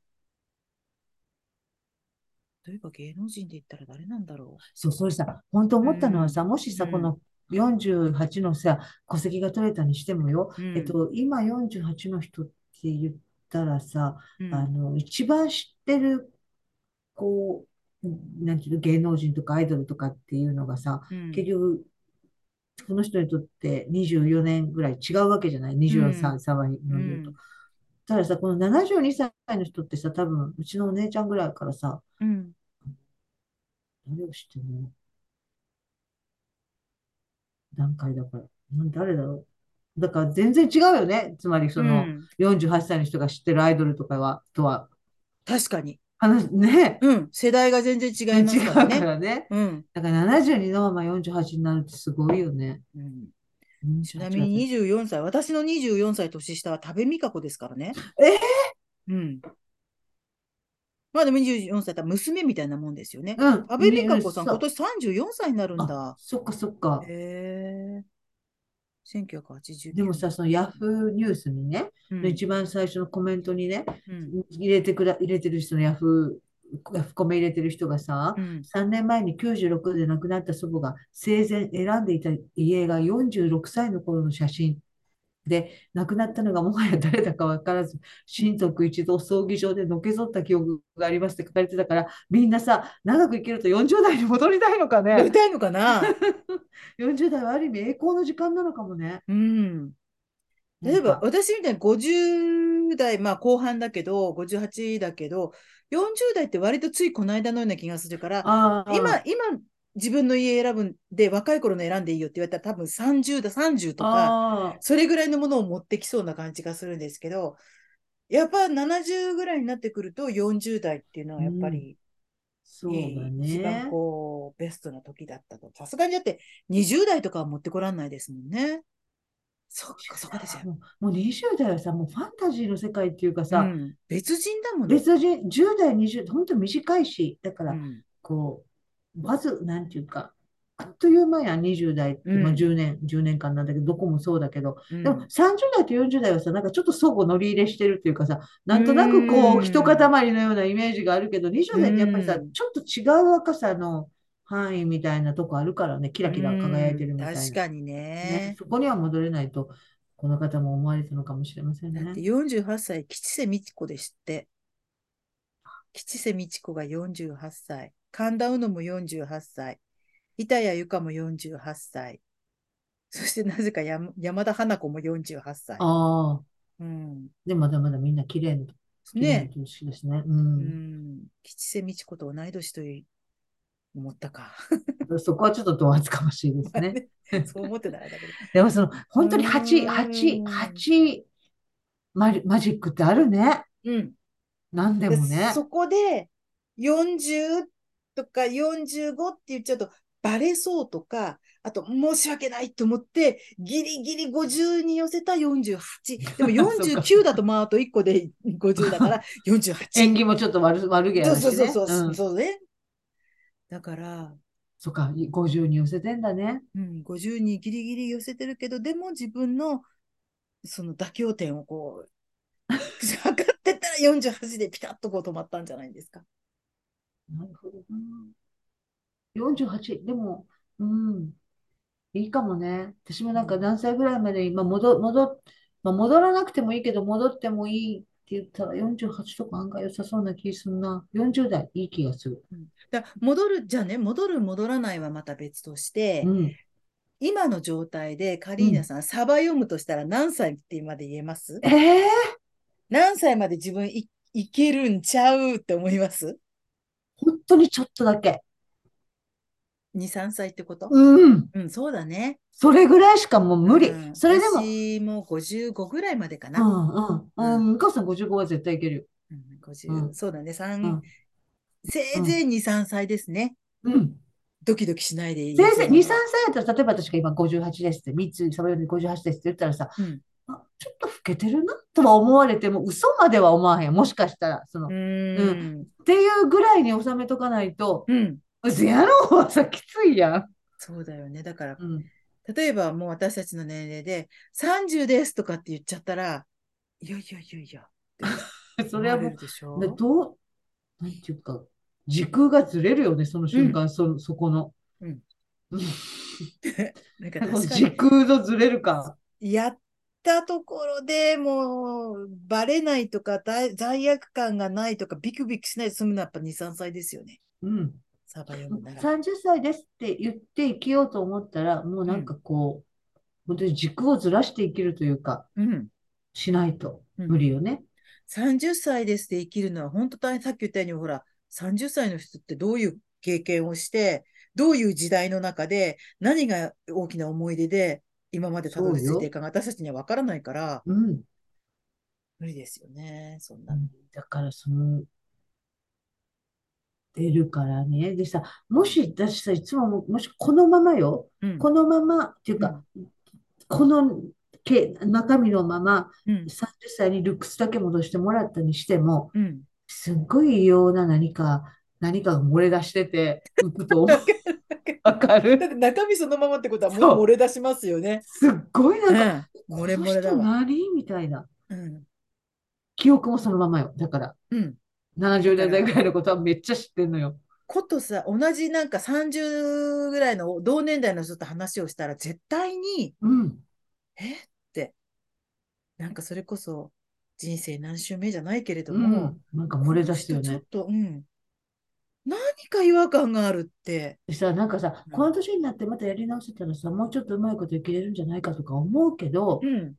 例えば芸能人で言ったら誰なんだろ
そう、それさ、本当思ったのはさ、もしさ、
うん
この48のさ、戸籍が取れたにしてもよ、
う、うん
えっと、今48の人って言ったらさ、
うん
あの、一番知ってる、こう、なんていうの、芸能人とかアイドルとかっていうのがさ、
うん
結局、この人にとって24年ぐらい違うわけじゃない ?24 歳、歳に
う
なる
ん
と。たださ、この72歳の人ってさ、多分、うちのお姉ちゃんぐらいからさ、
うん
誰を知ってるの段階だから。なん誰だろうだから全然違うよね。つまり、その、
うん
48歳の人が知ってるアイドルとかは、とは、
確かに、
話、ね。
うん、世代が全然違います
違
か
うから
ね。
らね。
うん
だから72のまま48になるってすごいよね。
うん、
うん
ちなみに24歳、私の24歳年下は多部未華子ですからね。
えー
うん。まあでも24歳だったら娘みたいなもんですよね。
うん、
多部未華子さん、
そう
今年34歳になるんだ。
そっかそっか。
へえ。1989
でもさ、、そのヤフーニュースにね、
うん
一番最初のコメントにね、
うん
入れてくら、入れてる人のヤフー、ヤフコメ入れてる人がさ
う、ん
3年前に96で亡くなった祖母が生前選んでいた家が46歳の頃の写真で、亡くなったのがもはや誰だか分からず、親族一同葬儀場でのけぞった記憶がありますって書かれてたから、みんなさ、長く生きると40代に戻りたいのか
やり [LAUGHS]
ね。
たいのかな
40代はある意味栄光の時間なのかもね。
うん。例えば、私みたいに50代、まあ後半だけど、58だけど、40代って割とついこの間のような気がするから、
ああ、
今、今自分の家選ぶんで、若い頃の選んでいいよって言われたら多分30だ、30とか、
ああ、
それぐらいのものを持ってきそうな感じがするんですけど、やっぱ70ぐらいになってくると40代っていうのはやっぱり、
そうだ
一
ね
番。こう、ベストな時だったと。さすがにだって20代とかは持ってこらんないですもんね。そっか、そこ
[LAUGHS]
ですよ。
もうもう20代はさ、もうファンタジーの世界っていうか
う
さ、
ん、別人だもんね。
別に10代、20代、本当短いし、だか
う
ら、
ん
こう、まず、なんていうか、あっという間やん、20代って、ま
う
あ、
ん
10年、10年間なんだけど、どこもそうだけど、
うん
でも30代と40代はさ、なんかちょっと相互乗り入れしてるっていうかさ、なんとなくこ
うん
う、一塊のようなイメージがあるけど、20代ってやっぱりさ、
うん
ちょっと違う若さの範囲みたいなとこあるからね、キラキラ輝いてるみたいな。
確かに
ね
ね。
そこには戻れないと、この方も思われたのかもしれません
だって
ね。
48歳、吉瀬美智子でして。吉瀬美智子が48歳。神田うのも48歳。板谷由香も48歳。そしてなぜか山山田花子も48歳。
ああ、
うん、
で、まだまだみんな綺麗な、綺麗な
ね、
年ですね。う。
うんん。吉瀬美智子と同い年という思った
[LAUGHS]
か。
そこはちょっと同圧かもしれないです
[LAUGHS]
ね。
そう思ってないだけど。
でもその、本当に
う
8、
ん
8、8マリ、マジックってあるね。
うん。
なんでもね。
そこで40とか45って言っちゃうとバレそうとか、あと申し訳ないと思って、ギリギリ50に寄せた48。でも49だとまああと1個で50だから
[LAUGHS] 縁
48。
起もちょっと悪、悪げや
そう
し
そうそう
ね。
そう、
うん。
そうね。だから、
そっか、50に寄せてんだね。
うん、50にギリギリ寄せてるけど、でも自分のその妥協点をこう、
[LAUGHS]
測ってったら48でピタッとこう止まったんじゃないですか。
なるほどな。48、でも、うん、いいかもね。私もなんか何歳ぐらいまで今戻、戻、まあ、戻らなくてもいいけど、戻ってもいいって言ったら48とか案外良さそうな気するな。40代、いい気がする。
だから戻るじゃあね戻る戻らないはまた別として、
うん。
今の状態でカリーナさん、サバ読むとしたら何歳ってまで言えます
ええ
何歳まで自分いいけるんちゃうって思います
本当にちょっとだけ。
?23 歳ってこと、
うん。
うん、そうだね。
それぐらいしかもう無理。
うん
それでも、
私も55ぐらいまでか
う
な。
んうん。うん、母さん55は絶対いけるよ。
うん
う
50
ん
そうだね3、
うん
せいぜい2、3歳ですね。
うん。
ドキドキしないでいい。
先生、2、3歳やったら、例えば私が今58ですって、3つ、サバ読み58ですって言ったらさ、
うん
あ、ちょっと老けてるなとは思われても、嘘までは思わへん。もしかしたら、その、
う
っ
ん。
ていうぐらいに収めとかないと、
うん。
嘘やろうはさ、きついやん。
そうだよね。だから
うん。
例えばもう私たちの年齢で30ですとかって言っちゃったら、いやいやいやいや、
それはも
う、でしょ
う、でどう、なんていうか、時空がずれるよね、その瞬間、そ、そこの。
うん
うん。
なんか
なんか
確か
時空のずれる感。
にやったところでもうバレないとかだい罪悪感がないとかビクビクしないで済むのはやっぱ2、3歳ですよね。
うん。
サバ読むなら。
30歳ですって言って生きようと思ったら、もうなんかこう、本当に軸をずらして生きるというか、
うん。
しないと
うん
無理よね。
30歳ですで生きるのは本当大変。さっき言ったように、ほら、30歳の人ってどういう経験をして、どういう時代の中で、何が大きな思い出で、今までたどり着いていかが私たちには分からないから、
うん。
無理ですよね、そん
う
な。
んだからその、出るからね。でさ、もし、私さ、いつも、もしこのままよ、
うん
このままっていうか、このけ中身のまま、
うん
30歳にルックスだけ戻してもらったにしても、
うん
すっごい異様な何か、何かが漏れ出してて、浮くと思う。わかる
だって中身そのままってことは
そ
も
う
う漏れ出しますよね。
すっごいなんか、
漏れ漏れだ
この人
わ。
何みたいな。
うん。
記憶もそのままよ。だから、
うん。
70年代ぐらいのことはめっちゃ知ってんのよ。
ことさ、同じなんか30ぐらいの同年代の人と話をしたら、絶対に、
うん。
えって、なんかそれこそ人生何周目じゃないけれど
う
も、
ん。なんか漏れ出してるよ
ちょっ
ね。
と、うん、何か違和感があるって、
でさ、なんかさ
うん、
この年になってまたやり直せたらさ、もうちょっとうまいこといけれるんじゃないかとか思うけど、
うん、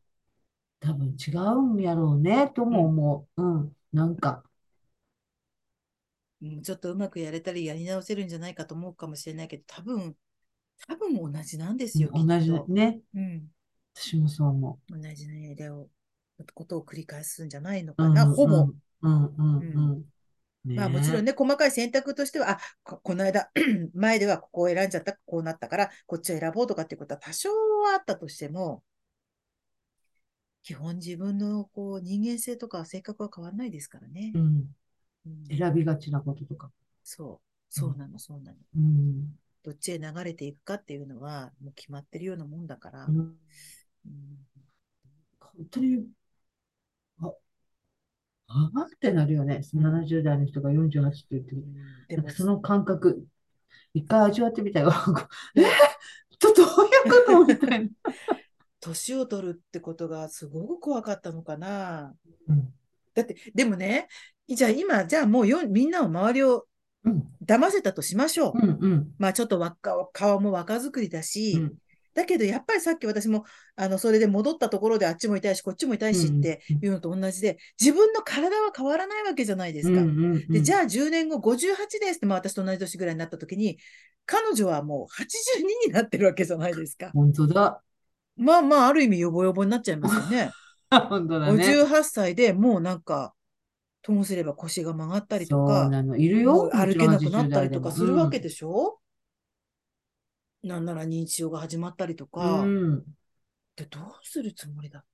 多分違うんやろうね、とも思う。うん。なんか、
うんちょっとうまくやれたりやり直せるんじゃないかと思うかもしれないけど、多分、多分同じなんですよ、きっ
同じ
と
だね。
うん。
私もそう思
同じね、でを、ことを繰り返すんじゃないの
う。
かな、
うん
ほぼ。。
うんうんうん。ね
まあもちろん
ね。
ね、細かい選択としては、あ、ここの間、 [CLEARS THROAT] 前ではここを選んじゃった、こうなったから、こっちを選ぼうとかっていうことは多少はあったとしても、基本自分のこう人間性とか性格は変わらないですからね
う。ん。
うん
選びがちなこととか。
そう、そうなの、そうなの。
うん。
どっちへ流れていくかっていうのは、もう決まってるようなもんだから。
うん
うん
本当に、あ、あーってなるよね。70代の人が48って言ってる。
で
なん
も
か、その感覚、一回味わってみたいわ。えちょっとどういうことみたいな。
年を取るってことがすごく怖かったのかな。
うん。
だって、でもね、じゃあ今、じゃあもうよみんなを周りを
うん。
騙せたとしましょう。
うん。うん。
まあちょっと若顔も若作りだし、
うん
だけどやっぱりさっき私もあのそれで戻ったところであっちも痛いしこっちも痛いしって
うんうん
いうのと同じで自分の体は変わらないわけじゃないで
う
す
ん
か。
うんうん
でじゃあ10年後58ですって、まあ、私と同じ年ぐらいになった時に彼女はもう82になってるわけじゃないですか。
本当だ。
まあまあある意味ヨボヨボになっちゃいますよね。
本当だね。
58歳でもうなんかともすれば腰が曲がったりと
そ
か
う。なの。いる
も
よ。
う歩けなくなっ
80
た
代
り
で
と
も
かするわけでしょ、なんなら認知症が始まったりと
う
か、
んうん。
でどうするつもりだ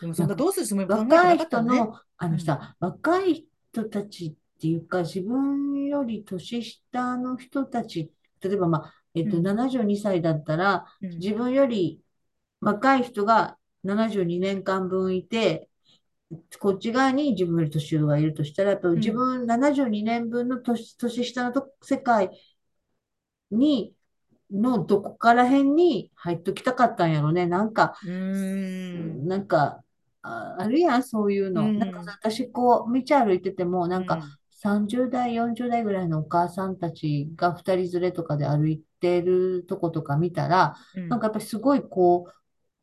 でも
か
そんなどうするつもりも考えて
若い
なかった
人
のね。
の、あのさ、若い人たちっていうか、自分より年下の人たち、例えば、まあ、えっと、
うん
72歳だったら、
うん
自分より若い人が72年間分いて、こっち側に自分より年上がいるとしたら、やっぱ
ん
自分72年分の年、年下のと世界に、のどこから辺に入っときたかったんやろね。なんか、
うーん。
なんか、あ、あるやん、そういうの。
うん
なんかさ私、こう、道歩いてても、なんか、30代、40代ぐらいのお母さんたちが2人連れとかで歩いてるとことか見たら、
うん、
なんかやっぱりすごい、こう、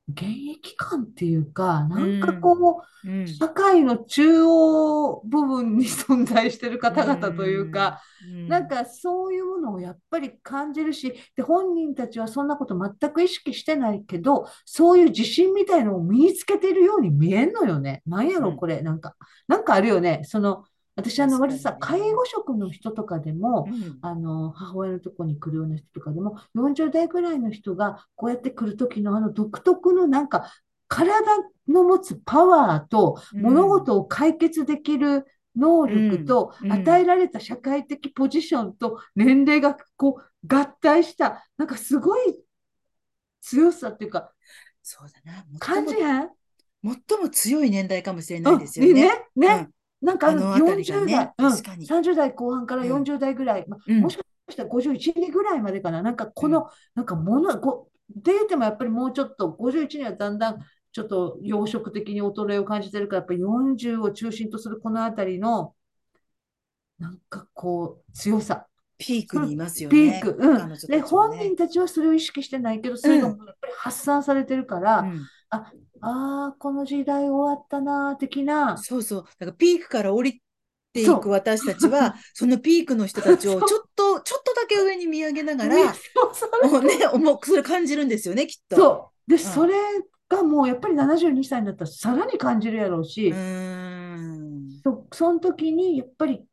現役感っていうか、なんか
うん
こ
うん、
う、社会の中央部分に存在してる方々というか、
うん、
なんかそういうものをやっぱり感じるし、で、本人たちはそんなこと全く意識してないけど、そういう自信みたいのを身につけてるように見えんのよね。なんやろ、
うん
これ。なんか、なんかあるよね。その、私、あ
確か
の、
に
割
ね
とさ、介護職の人とかで
う
も、
ん、
あの、母親のとこに来るような人とかでも、40代ぐらいの人がこうやって来る時のあの独特のなんか、体の持つパワーと、
うん
物事を解決できる能力と
うんうん
与えられた社会的ポジションと年齢がこう合体したなんかすごい強さっていうか
そうだな。
感じ
最も
へん
最も強い年代かもしれないですよ
うん
ね。
ねね
うん
なんかあの
あの辺りが
40
ね
代、うん
確かに
30代後半から
うん
40代ぐらい、まあ
うん
もしかしたら51人ぐらいまでかななんかこの、なんかものごデータもやっぱりもうちょっと51人はだんだんちょっと養殖的に衰えを感じてるからやっぱり40を中心とするこの辺りのなんかこう強さ
ピークにいますよ
ピ
ね。
ーク、うん。
彼女たちも
で、
ね
本人たちはそれを意識してないけど、それがやっぱり発散されてるから、
うん
ああ、この時代終わったな、的な。
そうそう。だからピークから降りていく私たち
[LAUGHS]
は、そのピークの人たちをちょっと、ちょっとだけ上に見上げながら、
ねそうそう
もうね、重くそれ感じるんですよね、きっと。
そう。で、それがもうやっぱり72歳になったらさらに感じるやろう
う
し、
ーん。
そ、その時にやっぱり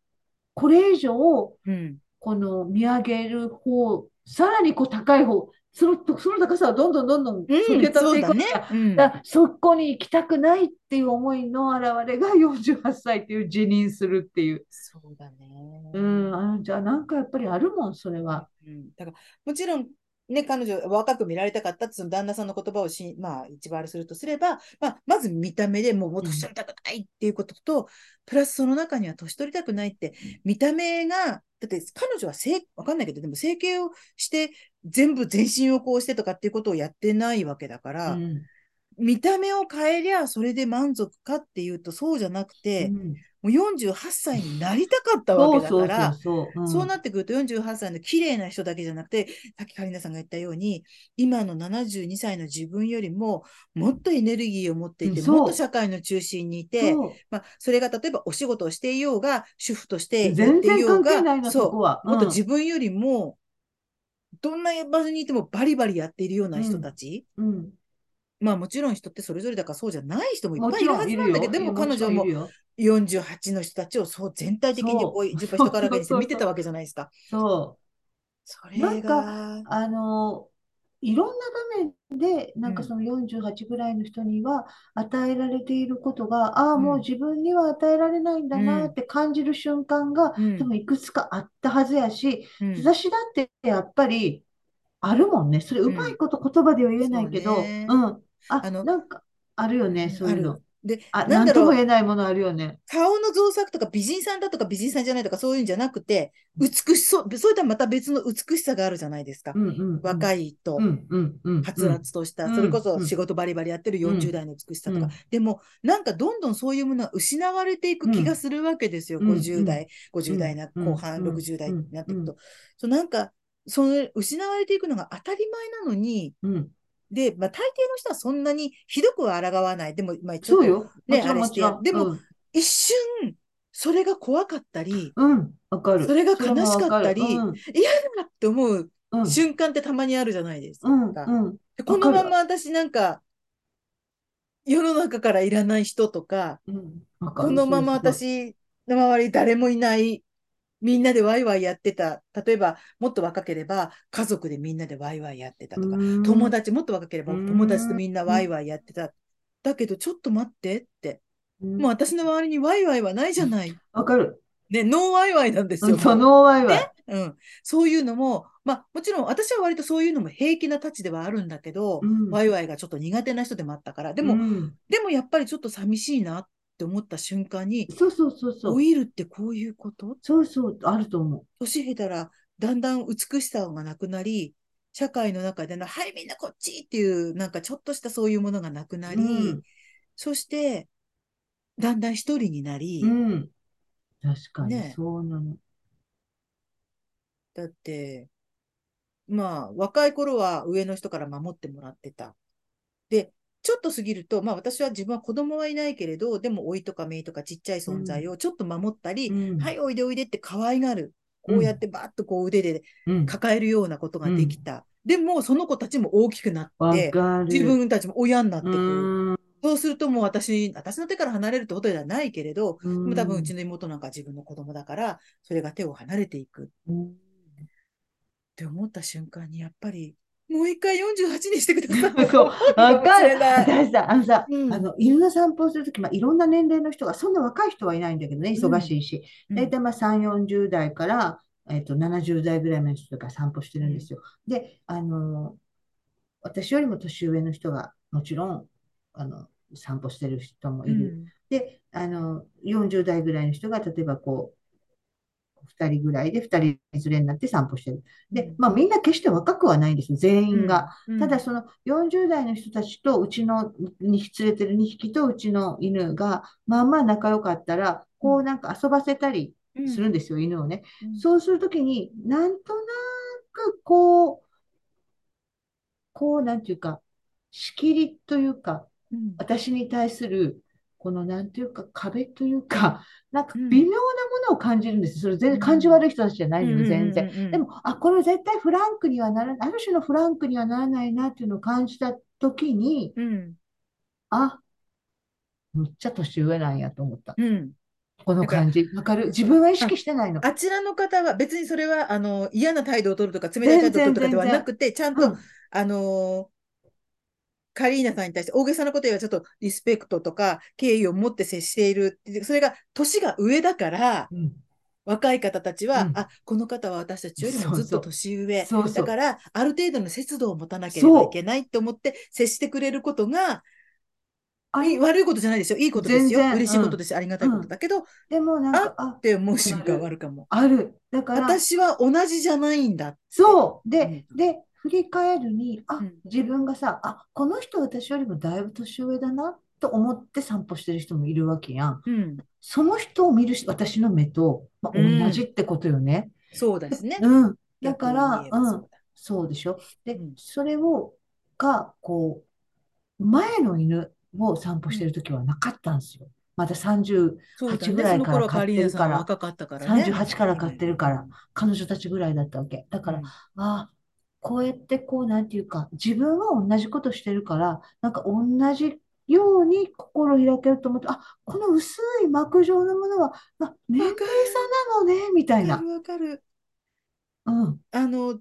これ以上、
うん。
この見上げる方、さらにこう高い方、その、その高さはどんどんどんどん
う
そ
ん、
げたっ
そう
ていく
だね
から。
うん。
だそこに行きたくないっていう思いの表れが48歳っていう辞任するっていう。
そうだね。
うん、あのじゃあなんかやっぱりあるもん、それは。
うんだから、もちろん、ね、彼女、若く見られたかったって、その旦那さんの言葉をし、まあ、一番あれするとすれば、まあ、まず見た目でもう、もう年取りたくないっていうことと、プラスその中には年取りたくないって、見た目が、だって彼女は整わかんないけど、でも整形をして、全部全身をこうしてとかっていうことをやってないわけだか
う
ら、
ん、
見た目を変えりゃ、それで満足かっていうと、そうじゃなく
う
て、
ん、
もう48歳になりたかったわ
そ
けだか
うそう
ら、
そうそう。うん
そうなってくると48歳の綺麗な人だけじゃなくて、さっきカリナさんが言ったように、今の72歳の自分よりも、もっとエネルギーを持っていて、
うんそう
もっと社会の中心にいて、
そう
まあ、それが例えばお仕事をしていようが、主婦としてやっ
全
てい
然
よう
関係
が、
ないな、
そ
そうこは。
もっと
うん
自分よりも、どんな場所にいてもバリバリやっているような人たち、
うん
まあもちろん人ってそれぞれだからそうじゃない人もい
も
っぱい
ち
いる
ろ
は
ん
ず
い
な
る
ん
よ。
だけど、でも彼女はもう
いるよ
48の人たちをそう全体的に
そう
こう、やっぱ人
[LAUGHS]
からかにして
そうそうそうそう
見てたわけじゃないですか。
そ。
そう
な
れ
ん
が、
か、あの、いろんな場面で、なんかその48ぐらいの人には与えられていることが、ああ、
うん
もう自分には与えられないんだ
うん
なって感じる瞬間が、
うん
多分いくつかあったはずやし、
うん
私だってやっぱりあるもんね。それうまいこと言葉では言えないけど、
そうね
うん。あ、
あの
なんかあるよね、そういう
あ
の
る。で、
あ、
なん
なん
だ
と
ろ
も
う、
言えないものあるよね。
顔の造作とか美人さんだとか美人さんじゃないとかそういうんじゃなくて、美しそう、それとはまた別の美しさがあるじゃないですか
う。んうんうん。
若いと、
うんうんうんうん。
はつらつとした、
うん
それこそ
うん
仕事バリバリやってる
うん
40代の美しさと
う
か
ん。
でも、なんかどんどんそういうものは失われていく気がするわけですよ。
うん
50代、50代な
うん
後半、
うん
60代になっていく
う
と。そうなんか、その失われていくのが当たり前なのに、
うん。
で、まあ、大抵の人はそんなにひどくは抗わない。でも、まあ、ちょっ
そう
と
よ。
ね
もちろん
あれ
も
して
ちろん。
でも
うん、
一瞬、それが怖かったり、
うん、わかる。
それが
れ
悲
も
し
わ
か
か
った
る。
り、
うん、
嫌だなって思う
うん、
瞬間ってたまにあるじゃないですか。
うん、うん。
でこの
わ
ま
かる
ま私なんか、世の中からいらない人とか、
うん、わか
こ
る。
のまま
それす
私の周り誰もいない、みんなでワイワイやってた。例えば、もっと若ければ家族でみんなでワイワイやってた
ご
と
い
か、
うーん
友達、もっと若ければ
うん
友達とみんなワイワイやってた。だけど、ちょっと待ってって。
うん
もう私の周りにワイワイはないじゃない。
わかる。
ね、ノーワイワイなんです
う
よ。
んそのワイワイ。
うん、そういうのも、まあ、もちろん私は割とそういうのも平気なたちではあるんだけど、
うん
ワイワイがちょっと苦手な人でもあったから、で
で
も、
うん、
でもやっぱりちょっと寂しいなって思った瞬間に、
そうそうそうそ
老
う。
いるってこういうこと
そうそう、あると思
年下手らだんだん美しさがなくなり、社会の中での、はい、みんなこっちっていう、なんかちょっとしたそういうものがなく
う。
な
う
り、
ん、
そして、だんだん一人になり、
うん。確かに、
ね
そうなの。
だって、まあ、若い頃は上の人から守ってもらってた。で、ちょっと過ぎると、まあ私は自分は子供はいないけれど、でも老いとか姪とかちっちゃい存在をちょっと守ったり、
うん、
はい、おいでおいでって可愛がる。こうやってバーッとこう腕で
うん、
抱えるようなことができた。でも、その子たちも大きくなっ
わ
て、
かる。
自分たちも親になって
う
くる。
ーん、
そうするともう私、私の手から離れるってことではないけれど、
う
でも
ん、
多分うちの妹なんか自分の子供だから、それが手を離れていく。
うん
って思った瞬間にやっぱりもう一回48にしてください。
[LAUGHS] そう、わかる。
ない。
私さ、あのさ、
うん
あの犬の散歩をするとき、まあ、いろんな年齢の人が、そんな若い人はいないんだけどね、忙しいし、大体まあ3、40代から、えっと、70代ぐらいの人が散歩してるんですよ。で、あの、私よりも年上の人が、もちろん、あの、散歩してる人も
う
いる。
ん
で、あの、40代ぐらいの人が、例えばこう、2人ぐらいで2人連れになって散歩してる。で、まあ、みんな決して若くはないんですよ、全員が。、
うん
ただ、その40代の人たちとうちのに連れてる2匹とうちの犬がまあまあ仲良かったらこうなんか遊ばせたり
うん
するんですよ、犬をね。
うん
そうするときになんとなくこうこうなんていうか仕切りというか
うん
私に対するこのなんていうか壁というかなんか
うん
微妙なものを感じるんです。それ全然感じ悪い人たちじゃないのよ全然。
うんうんうん
でも、あ、これは絶対フランクにはならない、ある種のフランクにはならないなっていうのを感じたときに、
うん
あ、むっちゃ年上なんやと思った。
うん
この感じ。わかる自分は意識してないの。
あちらの方は別にそれはあの嫌な態度を取るとか冷たい態度を取るとかではなくて、ちゃんと、
うん、
あのーカリーナさんに対して大げさなことよりはちょっとリスペクトとか敬意を持って接しているってそれが年が上だから、
うん、
若い方たちは、
うん
あこの方は私たちよりもずっと年上
そうそう
だからある程度の節度を持たなければ
そう
いけないって思って接してくれることが
あ
いい悪いことじゃないですよいいことですよ
全然
嬉しいことですし、ありがたいことだけど、っ
でもなんか、あ、
て思う瞬間はあるかも。
ある。だから、
私は同じじゃないんだ。
そう。で、
うん
で、振り返るに、あ
うん、
自分がさ、あ、この人私よりもだいぶ年上だなと思って散歩してる人もいるわけやん。
うん。
その人を見るし私の目と、まあ、
うん
同じってことよね。
そうですね。
うん。だか
逆
ら、
に言えば
う
そ
ん。
うだ
そうでしょ。で
うん、
それを、が、こう、前の犬を散歩してる時はなかったんですよ。まだ30、
そうだ
8
ね。
ぐらい
その
から
頃、カ
買っ
リ
て
ーナ
る
さん
か
は
ら
若かったからね。
38から買ってるから、彼女たちぐらいだったわけ。だから、ああ、こうやってこう、なんていうか、自分は同じことしてるから、なんか同じように心開けると思って、あ、この薄い膜状のものは、あ、年
わかる
齢差なのね、みた
う
い
ん。わ
な
か。るわかる。
うん。
あの、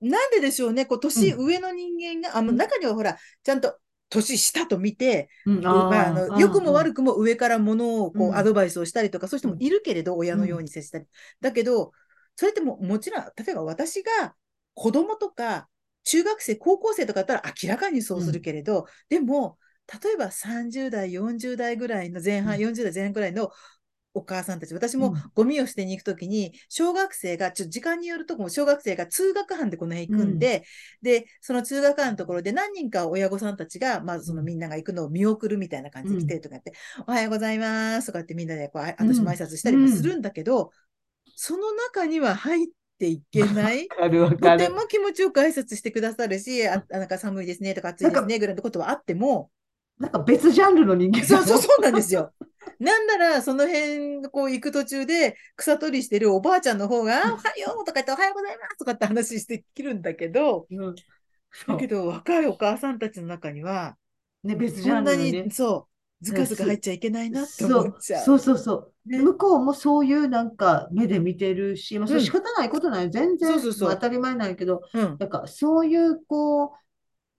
なんででしょうね、こう、年
う
上の人間が、あの、
うん
中にはほら、ちゃんと年下と見て、
うん、
こうまあ、あ
あ
の、
あ、
良くも
うん、
悪くも上からものを、こ
う
う、
ん
アドバイスをしたりとか、そういう人もいるけれど、親のように接したり。だけど、それってもう、もちろん、例えば私が子供とか、中学生、高校生とかだったら明らかにそうするけれど、でも、例えば30代、40代ぐらいの前半、
うん
40代前半ぐらいのお母さんたち、私も
うん
ゴミを捨てに行くときに、小学生が、ちょっと時間によるとこも、小学生が通学班でこの辺行くんで、で、その通学班のところで何人か親御さんたちが、まあ、そのみんなが行くのを見送るみたいな感じで来てるとかやって、おはようございますとかってみんなでこう、あ私も挨拶したりもするんだけど、その中には入っていけ [LAUGHS] ない。
わかるわ
と
か
て
る。
も気持ちよく挨拶してくださるし、あ、あなんか寒いですねとか暑いですねぐらいのことはあっても、
なんか別ジャンルの人間
そう
だ
そう
もん
そうなんですよ。なんなら、その辺、こう行く途中で草取りしてるおばあちゃんの方が、おはようとか言っておはようございますとかって話してきるんだけど、
うん
だけど若いお母さんたちの中には、
ね、別
そ
ジャ
ん
ン
な
ルの
に、
ね。
そう、ずかずか入っちゃいけないなって
そ
思
う
っちゃう。
そうそうそう。
ね
向こうもそういうなんか目で見てるし、まあ、それ
うん
仕方ないことない。
そ
全
う
然
そうそう
まあ当たり前なんやけど、
うん、
なんかそういうこう、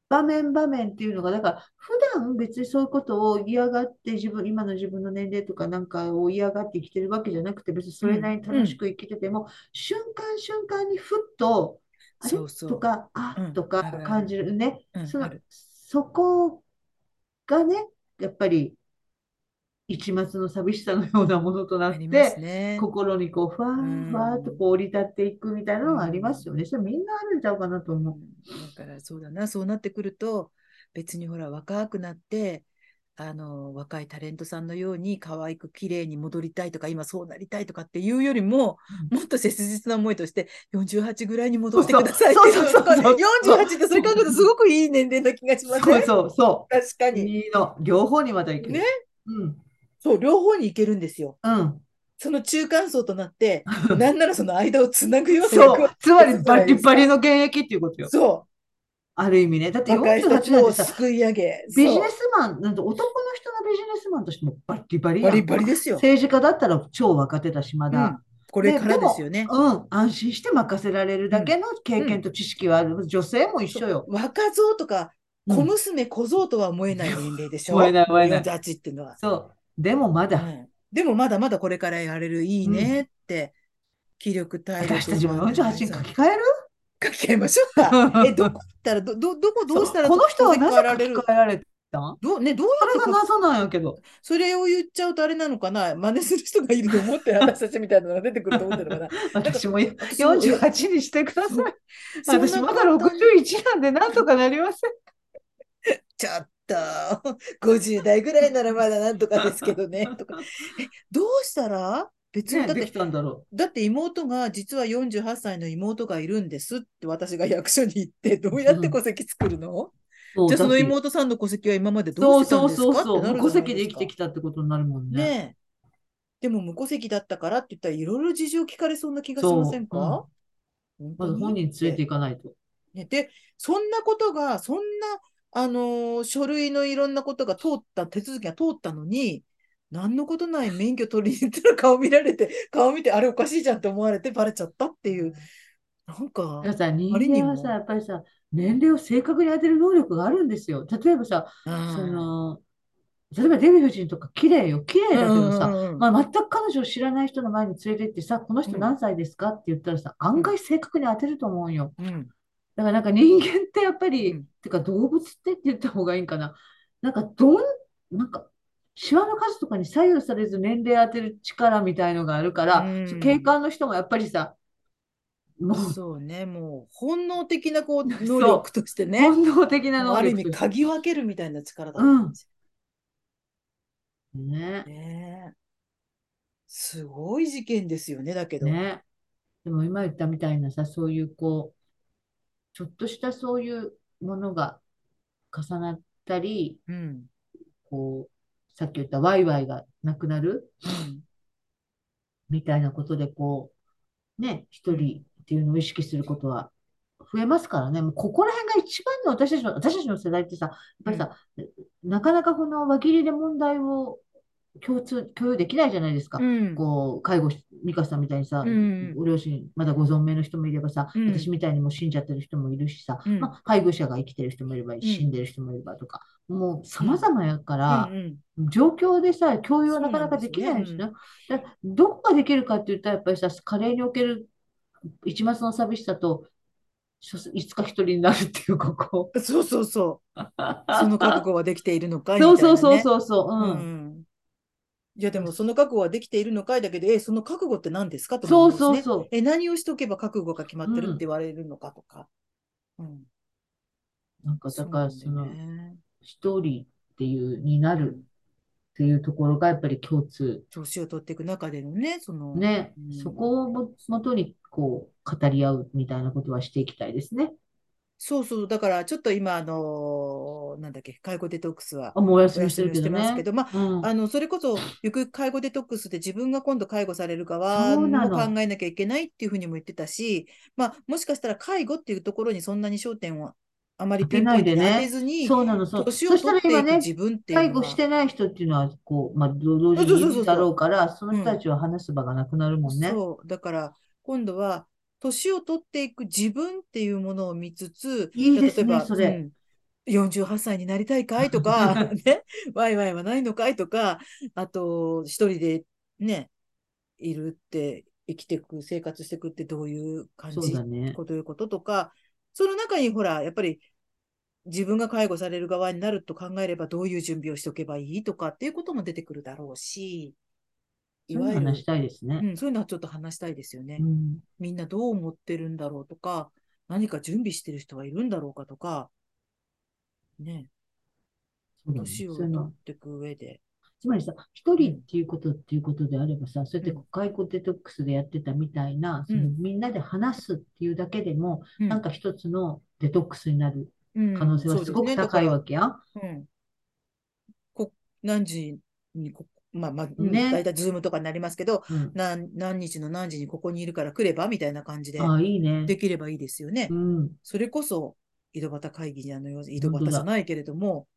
場面場面っていうのが、だから普段別にそういうことを嫌がって自分、今の自分の年齢とかなんかを嫌がって生きてるわけじゃなくて、別にそれなりに楽しく生きてても、瞬間瞬間にふっと、あれ
そうそう
とか、あ
うん
とか
あるある
感じるね。
うん
その
ある
そこがね、やっぱり一抹の寂しさのようなものとな
あ
っ
ります
て、
ね。
心にこう、ふわ
うん
ーふわーっとこう降り立っていくみたいなのがありますよね。それみんなあるんちゃうかなと
う
思う。
んだからそうだな、そうなってくると、別にほら、若くなって、あの、若いタレントさんのように、可愛く綺麗に戻りたいとか、今そうなりたいとかっていうよりも、もっと切実な思いとして、48ぐらいに戻ってくださいって
そう
い
そううそうそうそう
48ってそれ考えるとすごくいい年齢な気がしません
そうそうそ
確か
う。
に。
いいの。両方にまたいける。
ね
うん。
そう、両方に行けるんですよ。
うん。
その中間層とな
[LAUGHS]
って、なんならその間をつなぐような役割
そう。つまりバリバリの現役っていうことよ。
そ
ある意味ね。だっ
う、
て
若い人た
48
ち
なん
を
てさ、
救い上げ、
ビジ
そう
ネスマン、なんて男の人のビジネスマンとしてもバリバリや
バ
ん
リバリですよ。
政治家だったら超若手だし、ま
うん
だ。、
これ
で
から
でも
ですよね。
うん。安心して任せられるだけの経験と知識はある。女性も一緒よ。
若造とか
うん
小娘小僧とは思えない年齢でしょ。
燃えない燃えない。
48っていうのは。
そう。でもま
う
だ、
んでもまだまだこれからやれるいいねって、気力、体力、
私たちも
まあ
48に書き換える
書き換えましょうか。え、どこ行ったら、ど、ど、どこどうしたら
この人はなぜ
変えられ
書
る
き換えられたん
どう、ね、どうや
それ
って
が
書き
謎なんやけど。
それを言っちゃうとあれなのかな真似する人がいると思って私たちみたいなのが出てくると思ってるのかな
私も
そう
48にしてください。
そんな
[LAUGHS] 私まだ
こと
61なんでなんとかなりません。
ちょっと、50代ぐらいならまだなんとかですけど
[LAUGHS]
ね、とか。え、どうしたら別に、だっ
で
て
き、たんだろ
だって妹が、実は48歳の妹がいるんですって私が役所に行って、どうやって戸籍作るの、
う。
じゃあその
だって
妹さんの戸籍は今までど
そうう
してた
そ
ん
う
です
そ
か
うそう。
ってなるじゃないですか。
無戸籍で生きてきたってことになるもんね。
ねえ。でも無戸籍だったからって言ったらいろいろ事情聞かれそうな気がし
そう
ませんか、本当
まず
に
本人連れていかないと。
ね、で、そんなことが、そんな、あのー書類のいろんなことが通った、手続きが通ったのに、何のことない免許取りに行ったら顔見られて、顔見て、あれおかしいじゃんって思われてバレちゃったっていう、なんか
だか、らさ、人
あれに
間
も
はさ、やっぱりさ、年齢を正確に当てる能力があるんですよ。例えばさ、
うん
その、例えばデヴィ夫人とか綺麗よ。綺麗だけどさ、
うんうんうん
まあ、全く彼女を知らない人の前に連れてってさ、この人何歳ですかって言ったらさ、案外正確に当てると思うよ。
うん
だからなんか人間ってやっぱり、
うん
てか動物ってって言った方がいいんかな。なんかどん、なんか、シワの数とかに左右されず年齢当てる力みたいのがあるから、
うん
そう警官の人もやっぱりさ、もう
そうね、もう本能的なこう能力としてね、
本能的な
もう
能
ある意
力
味、
として
嗅ぎ分けるみたいな力だった
うんん
です
ね
ねえすごい事件ですよね、だけど。
ね。でも今言ったみたいなさ、そういうこう、ちょっとしたそういうものが重なったり、
うん。
こう、さっき言ったワイワイがなくなる
うん
みたいなことで、こう、ね、一人っていうのを意識することは増えますからね。もうここら辺が一番の私たちの、私たちの世代ってさ、やっぱりさ、なかなかこの輪切りで問題を共通、共有できないじゃないですか。
うん
こう、介護し、美香さんみたいにさ、
うん
ご両親、まだご存命の人もいればさ、
うん
私みたいにもう死んじゃってる人もいるしさ、
うん
まあ、介護者が生きてる人もいれば、死んでる人もいればとか、もう様々やか
う
ら、
ん
状況でさ、共有はなかなかできないし
そうな
な。だどこができるかって言ったら、やっぱりさ、加齢における一末の寂しさと、所詮いつか一人になるっていう、ここ。
うんそうそう
[LAUGHS]
そう。その覚悟はできているのかいみ
そう
たいな
そう
ね
そうそうそう、
う
うん。
ん。いや、でもその覚悟はできているのかいだけど、え、その覚悟って何ですかと
そ
思
う
います
そう
ね。
そう。
え、何をしとけば覚悟が決まってるっ
うん
て言われるのかとか。うん。
なんか、だ
そう
から、
なんだ
そ
よ
の、
ね。
一人っていう、になるっていうところが、やっぱり共通。
年を取っていく中でのね、その、
ね
うん。
そこをも、元に、こう、語り合うみたいなことはしていきたいですね。
そうそう、だからちょっと今、あのーなんだっけ、介護デトックスは
あ、もうお休
お
みして
休
る
みをして
けど
ますけ
ね。
ど、まあ、
うん。
あの、それこそ、ゆくゆく介護デトックスで自分が今度介護される側
そうな
も
の
考えなきゃいけないっていうふうにも言ってたし、まあ、もしかしたら介護っていうところにそんなに焦点をあまり
当
ピ
て
ン
な
ポイ
い
ント
で
に当
ね。
てずに、
そうなの、そう。
年
そ
を
した
取
ら
ってい
今
く
ね、
自分ってい
介
うの
護
は
し、てない人っていうのは、こう、まあ、同同
そう
時に
そう
い
そうそう
るだろうから、その
うん
人たちは話す場がなくなるもんね。
そう、だから今度は年を取っていく自分っていうものを見つつ、
いい
じゃあ
ですね
例えば、
それ
うん48歳になりたいかいと
[LAUGHS]
か、ね、ワイワイはないのかいとか、あと、一人でね、いるって、生きていく、生活していくってどういう感
そう
じ、
だね。
こうどういうこととか、その中にほら、やっぱり自分が介護される側になると考えれば、どういう準備をしておけばいいとかっていうことも出てくるだろうし、い
そう
わ
いうの
ゆる
話したいです
う
ね。
ん、そういうのはちょっと話したいですよね。
うん。
みんなどう思ってるんだろうとか、何か準備してる人はいるんだろうかとか、ね、
そうだね。
年を
そういう
取
の
っ。ていく上で。
つまりさ、一人っていうことっていうことであればさ、そうやってこう介護デトックスでやってたみたいな、
う
そ
ん
のみんなで話すっていうだけでも、
うん
なんか一つのデトックスになる
うん
可能性はすごく高いわけや。
そうですねだからうんこ何時にこ、まあまあ、うん
ね
大体ズームとかになりますけど、
うん。
何、何日の何時にここにいるから来ればみたいな感じで
ああ、いいね。
できればいいですよね
う。ん。
それこそ、井戸端会議じゃのよう、井戸
本当
端
だ
じゃないけれども、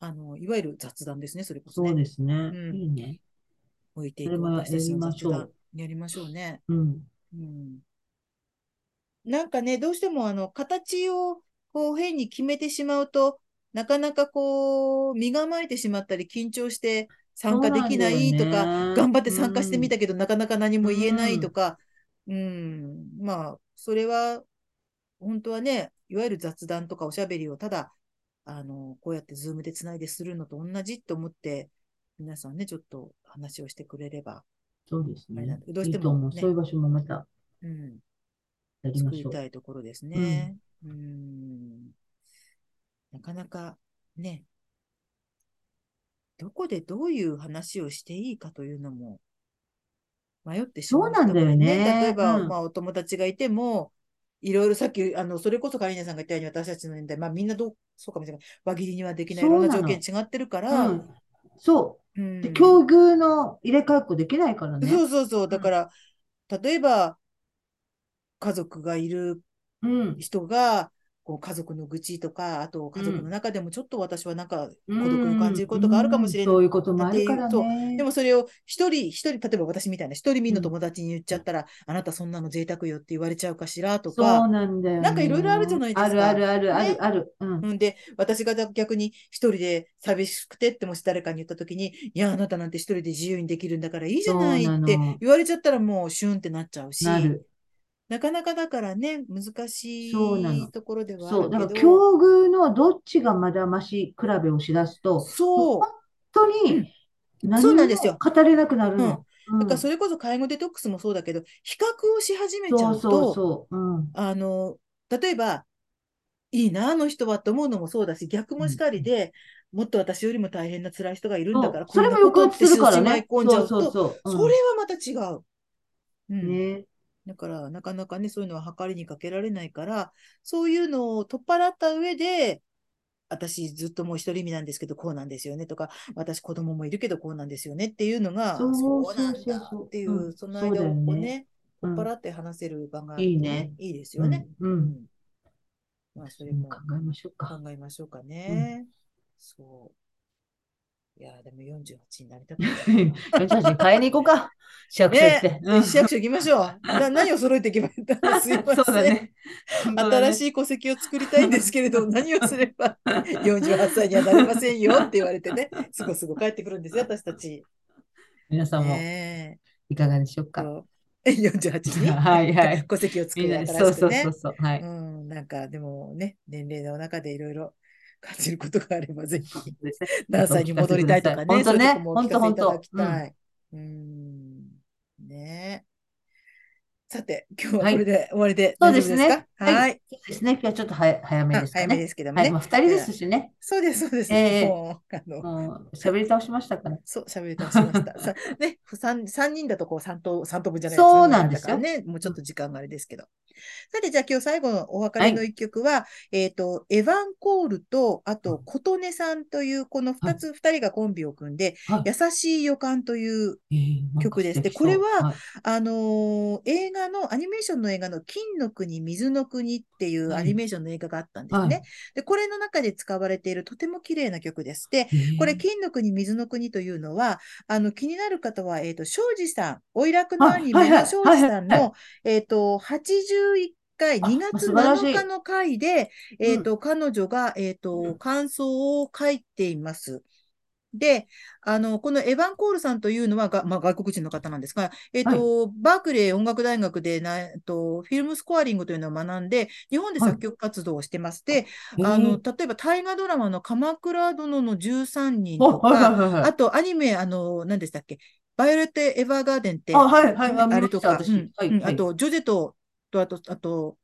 あの、いわゆる雑談ですね、それこそ
そ
ね
う。ですね。
うん
いいね。
置いていく
それも
私たちの雑
やりましょ
談
う
やりましょうね。
うん。
うん、なんかね、どうしてもあの形をこう変に決めてしまうと、なかなかこう身構えてしまったり、緊張して参加できないとか、
か
頑張って参加してみ
た
たけど、なかなか何も言えないとか、うん、まあ、それは本当はね、いわゆる雑談とかおしゃべりをただ、あの、こうやってズームでつないでするのと同じと思って、皆さんね、ちょっと話をしてくれれば。
そうです
あれな
ね
ん。だどうし
い
て
いと
も
思う。
ね
そういう場所もまた
うん
やりま
作
し
り
ょう。
たいところですね。うん。なかなかね、どこでどういう話をしていいかというのも迷ってしまう人
そうなんだよね
が例えば、
うん
まあお友達がいても、いろいろさっき、あの、それこそカリーナさんが言ったように私たちの年代、まあみんなどう、そうかもしれない。輪切りにはできない。い
そう
ろん
な
な
の
条件違ってるか
う
ら、
ん。そうう。
ん
で、境遇の入れ替えっこできないからね。
そうそうそう。だから、例えば、家族がいる
うん。
人が、こう家族の愚痴とか、あと家族の中でもちょっと私はなんか孤独に感じることがあるかもしれない。
うんそういうこともあるから
そう
ね。
でもそれを一人一人、例えば私みたいな一人身の友達に言っちゃったら、あなたそんなの贅沢よって言われちゃうかしらと
そう
か、
なんだよ
なんかいろいろあるじゃないですか
ねあるあるあ
ね
るあるある。うん。
うんで、私が逆に一人で寂しくてってもし誰かに言った時に、いや、あなたなんて一人で自由にできるんだからいいじゃない
そうな
っ
の
て言われちゃったらもうシュンってなっちゃうし、
なる。
なかなかだからね、難し
そうなの
いところではあ
そう。
る
だから
けど、
境遇のどっちがまだまし比べをしだすと、
そう。
本当に何
そうなんですよ
も語れなくなるの。うん
だからそれこそ介護デトックスもそうだけど、比較をし始めちゃ
そううそう
と、
そう。うん。
あの、例えば、いいな、あの人はと思うのもそうだし、逆もしかりで、もっと私よりも大変な辛い人がいるんだから、
うんそれも
こんなこと
抑圧するから
ってしまい。
ね
込んじゃう
そうそ
と、
うそう。うん
それはまた違う。うん。
ね。
だから、なかなかね、そういうのは測りにかけられないから、そういうのを取っ払った上で、私ずっともう独り身なんですけど、こうなんですよねとか、私子供もいるけど、こうなんですよねっていうのが、
そう
そうなん
そう
だ
そうそう
っていうう、
ん
その
そうだ
間を
よ
こう
ね
ね、
う
取
ん
っ払って話せる場があって
いいね
いいですよね。
う。
うんんまあ、そ
うん
れも
考えましょうか。
考えましょうかね。そう。いやー、でも48になりたく
[LAUGHS]
ない
よしよし、買いに行こうか。市役所行って。うん
市役所行きましょう。な何を揃えていけばいいんだろうすいません。
そうだね。本当だね
新しい戸籍を作りたいんですけれど、何をすれば48歳にはなれませんよって言われてね、すごすご帰ってくるんですよ、私たち。
[LAUGHS] 皆さんも
ね
いかがでしょう
え
か。
え48に、
[LAUGHS] はいはい。
戸籍を作
みん
る
なで、
新
そう
し
そ
く
うそ
ね
う。そう。は
う
い。
ん、なんかでもね、年齢の中でいろいろ感じることがあれば、ぜひ何歳に戻りたいとかね、
本当ね
そういうとこもお聞かせいただき
本当本当
たい。うん、ねえさて、今日はこれで終わりで
そう
大丈
で
夫
す
です
ね
か
はい
はい。
そうですね。今日はちょっと早早め
あ
ですか
早め
ね。
ですけども
はい、
ね
も。う二人ですしね。
そうです、そうです。
ええ
もう、あの、
もう喋り倒しましたから。
そう、喋り倒しました。
[LAUGHS]
さ、ね、三、三人だとこう、三等、三等分じゃない
そうなんですよ
三人だからね、もうちょっと時間があれですけど。さて、じゃあ今日最後のお別れの一曲は、えっと、エヴァン・コールと、あと、琴音さんという、この二つ、二人がコンビを組んで、
はい
優しい予感という、
えーなんか
曲ですで
素敵そう
これは
はい
あのー映画の、アニメーションの映画の金の国、水の国っていう
はい
アニメーションの映画があったんですね。
はい
で、これの中で使われているとても綺麗な曲です。で、
えー
これ、金の国、水の国というのは、あの、気になる方は、えっ、と、庄司さん、おいらくのアニメの庄司さん
はいはいはいはい
の、えっ、と、81回、
あ
2月
素晴らしい
7日の回で、えっ、
う
と、彼女が、えっ、と、感想を書いています。で、あの、このエヴァン・コールさんというのはが、まあ、外国人の方なんですが、えっ、と、バークレー音楽大学でな、えっと、フィルムスコアリングというのを学んで、日本で作曲活動をしてます。で、あ
え
の、
ー
例えば大河ドラマの鎌倉殿の13人と
あはいはい
か、
はいはい
あとアニメ、あの、何でしたっけ、バイオレット・エヴァーガーデンって、
あ、はいはい、あ、
あ
見
れ
ま
と
した、
か、う
私。
ん
はい、
うん
はい
あ、と、ジョジェと、と、あと、あと、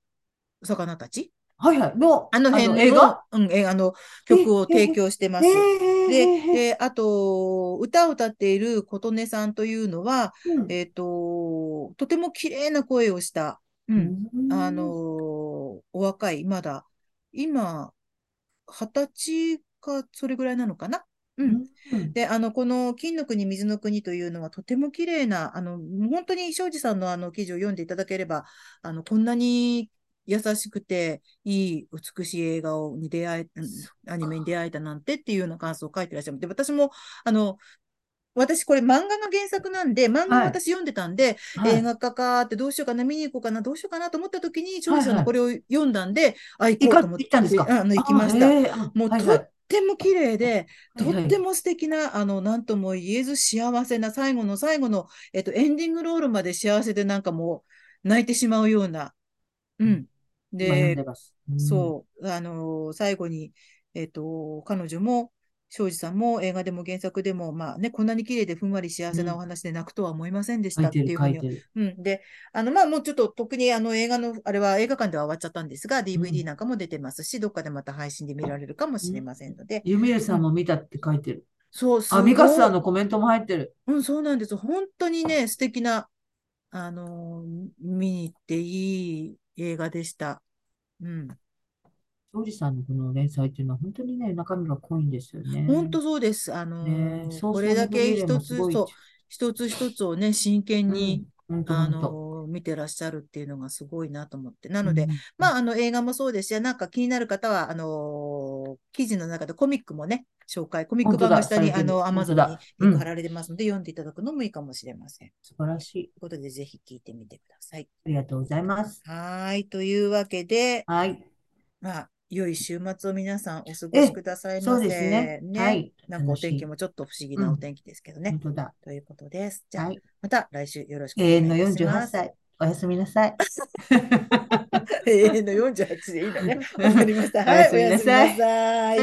魚たち
はいはい、の、
あの辺
あの映画
の、うん、え、あの、曲を提供してます。で、
えー、
えーあと、歌を歌っている琴音さんというのは、
うん
えっ、と、とても綺麗な声をした、う、
うんん
あのー、お若い、まだ、今、二十歳か、それぐらいなのかなう。
うんんうん
で、あの、この金の国、水の国というのはとても綺麗な、あの、本当に庄司さんのあの記事を読んでいただければ、あの、こんなに優しくていい美しい映画をに出会え、アニメに出会えたなんてっていうような感想を書いてらっしゃる。で、私も、あの、私これ漫画が原作なんで、漫画を
はい
私読んでたんで、
はい
映画化かってどうしようかな、見に行こうかな、どうしようかなと思った時に、庄司さん
はいは
の
い
これを読んだんで、あ、行こ
行
う
か
と思って、
行ったんですか
あの、行きました
あ。えーあ
もう
はい
と
はい
っても綺麗で、
はい
と
はい
っても素敵な、あの、なんとも言えず幸せな、最後の最後の、えっと、エンディングロールまで幸せでなんかもう泣いてしまうような。う。
うん今読ん
で、
でます。うん
そう、あの、最後に、えっと、彼女も、庄司さんも映画でも原作でも、まあね、こんなに綺麗でふんわり幸せなお話で泣くとは思いませんでし
書
た
い
って
て
い
る、
うふ
書
う
い
に
てる。
うん、で、あの、まあ、もうちょっと、特にあの映画の、あれは映画館では終わっちゃったんですが、DVD なんかも出てますし、どっかでまた配信で見られるかもしれませんので、
ゆみるさんも見たって書いてる。
そう、す
あ、
ごい
ミカスさんのコメントも入ってる。
うん、そうなんです。本当にね、素敵な、あのー見に行っていい映画でした。うん。
庄司さんのこの連載っていうのは本当にね、中身が濃いんですよね。
本当そうです。あの
ね
ー
え、そう
これだけ一つ、そう、
う
一つ一つをね、真剣に、
本当
あ
本
の
当。
ー見てらっしゃるっていうのがすごいなと思って。な
な
ので、ま
あ、
あ、あの映画もそうですし、なんか気になる方は、あのー記事の中でコミックもね、紹介、コミック
本当
版が
だ、
下に、あ
されてる
の、アマゾ
本当
ン
だ
に
う
リンク
ん
貼られてますので、読んでいただくのもいいかもしれません。
素晴らしい。
ということで、ぜひ聞いてみてください。
ありがとうございます。
はーい。というわけで、
はい。
まあ、良い週末を皆さんお過ごしください
そ
ま
う
せ。
ですね。はい。
なんかお天気
楽し
もちょっと不思議なお天気ですけど
い。
ね。
本当だ。
ということです。じゃあ、
はい。
また来週よろしくお願
永
いい
遠
た
の
しま
48
す。
歳。おやすみな
[LAUGHS]
さい。
永遠の48でいいのね。わかりました。は [LAUGHS]
おや
い。
す
[LAUGHS] お
み
やすみ
な
な
さい
さい。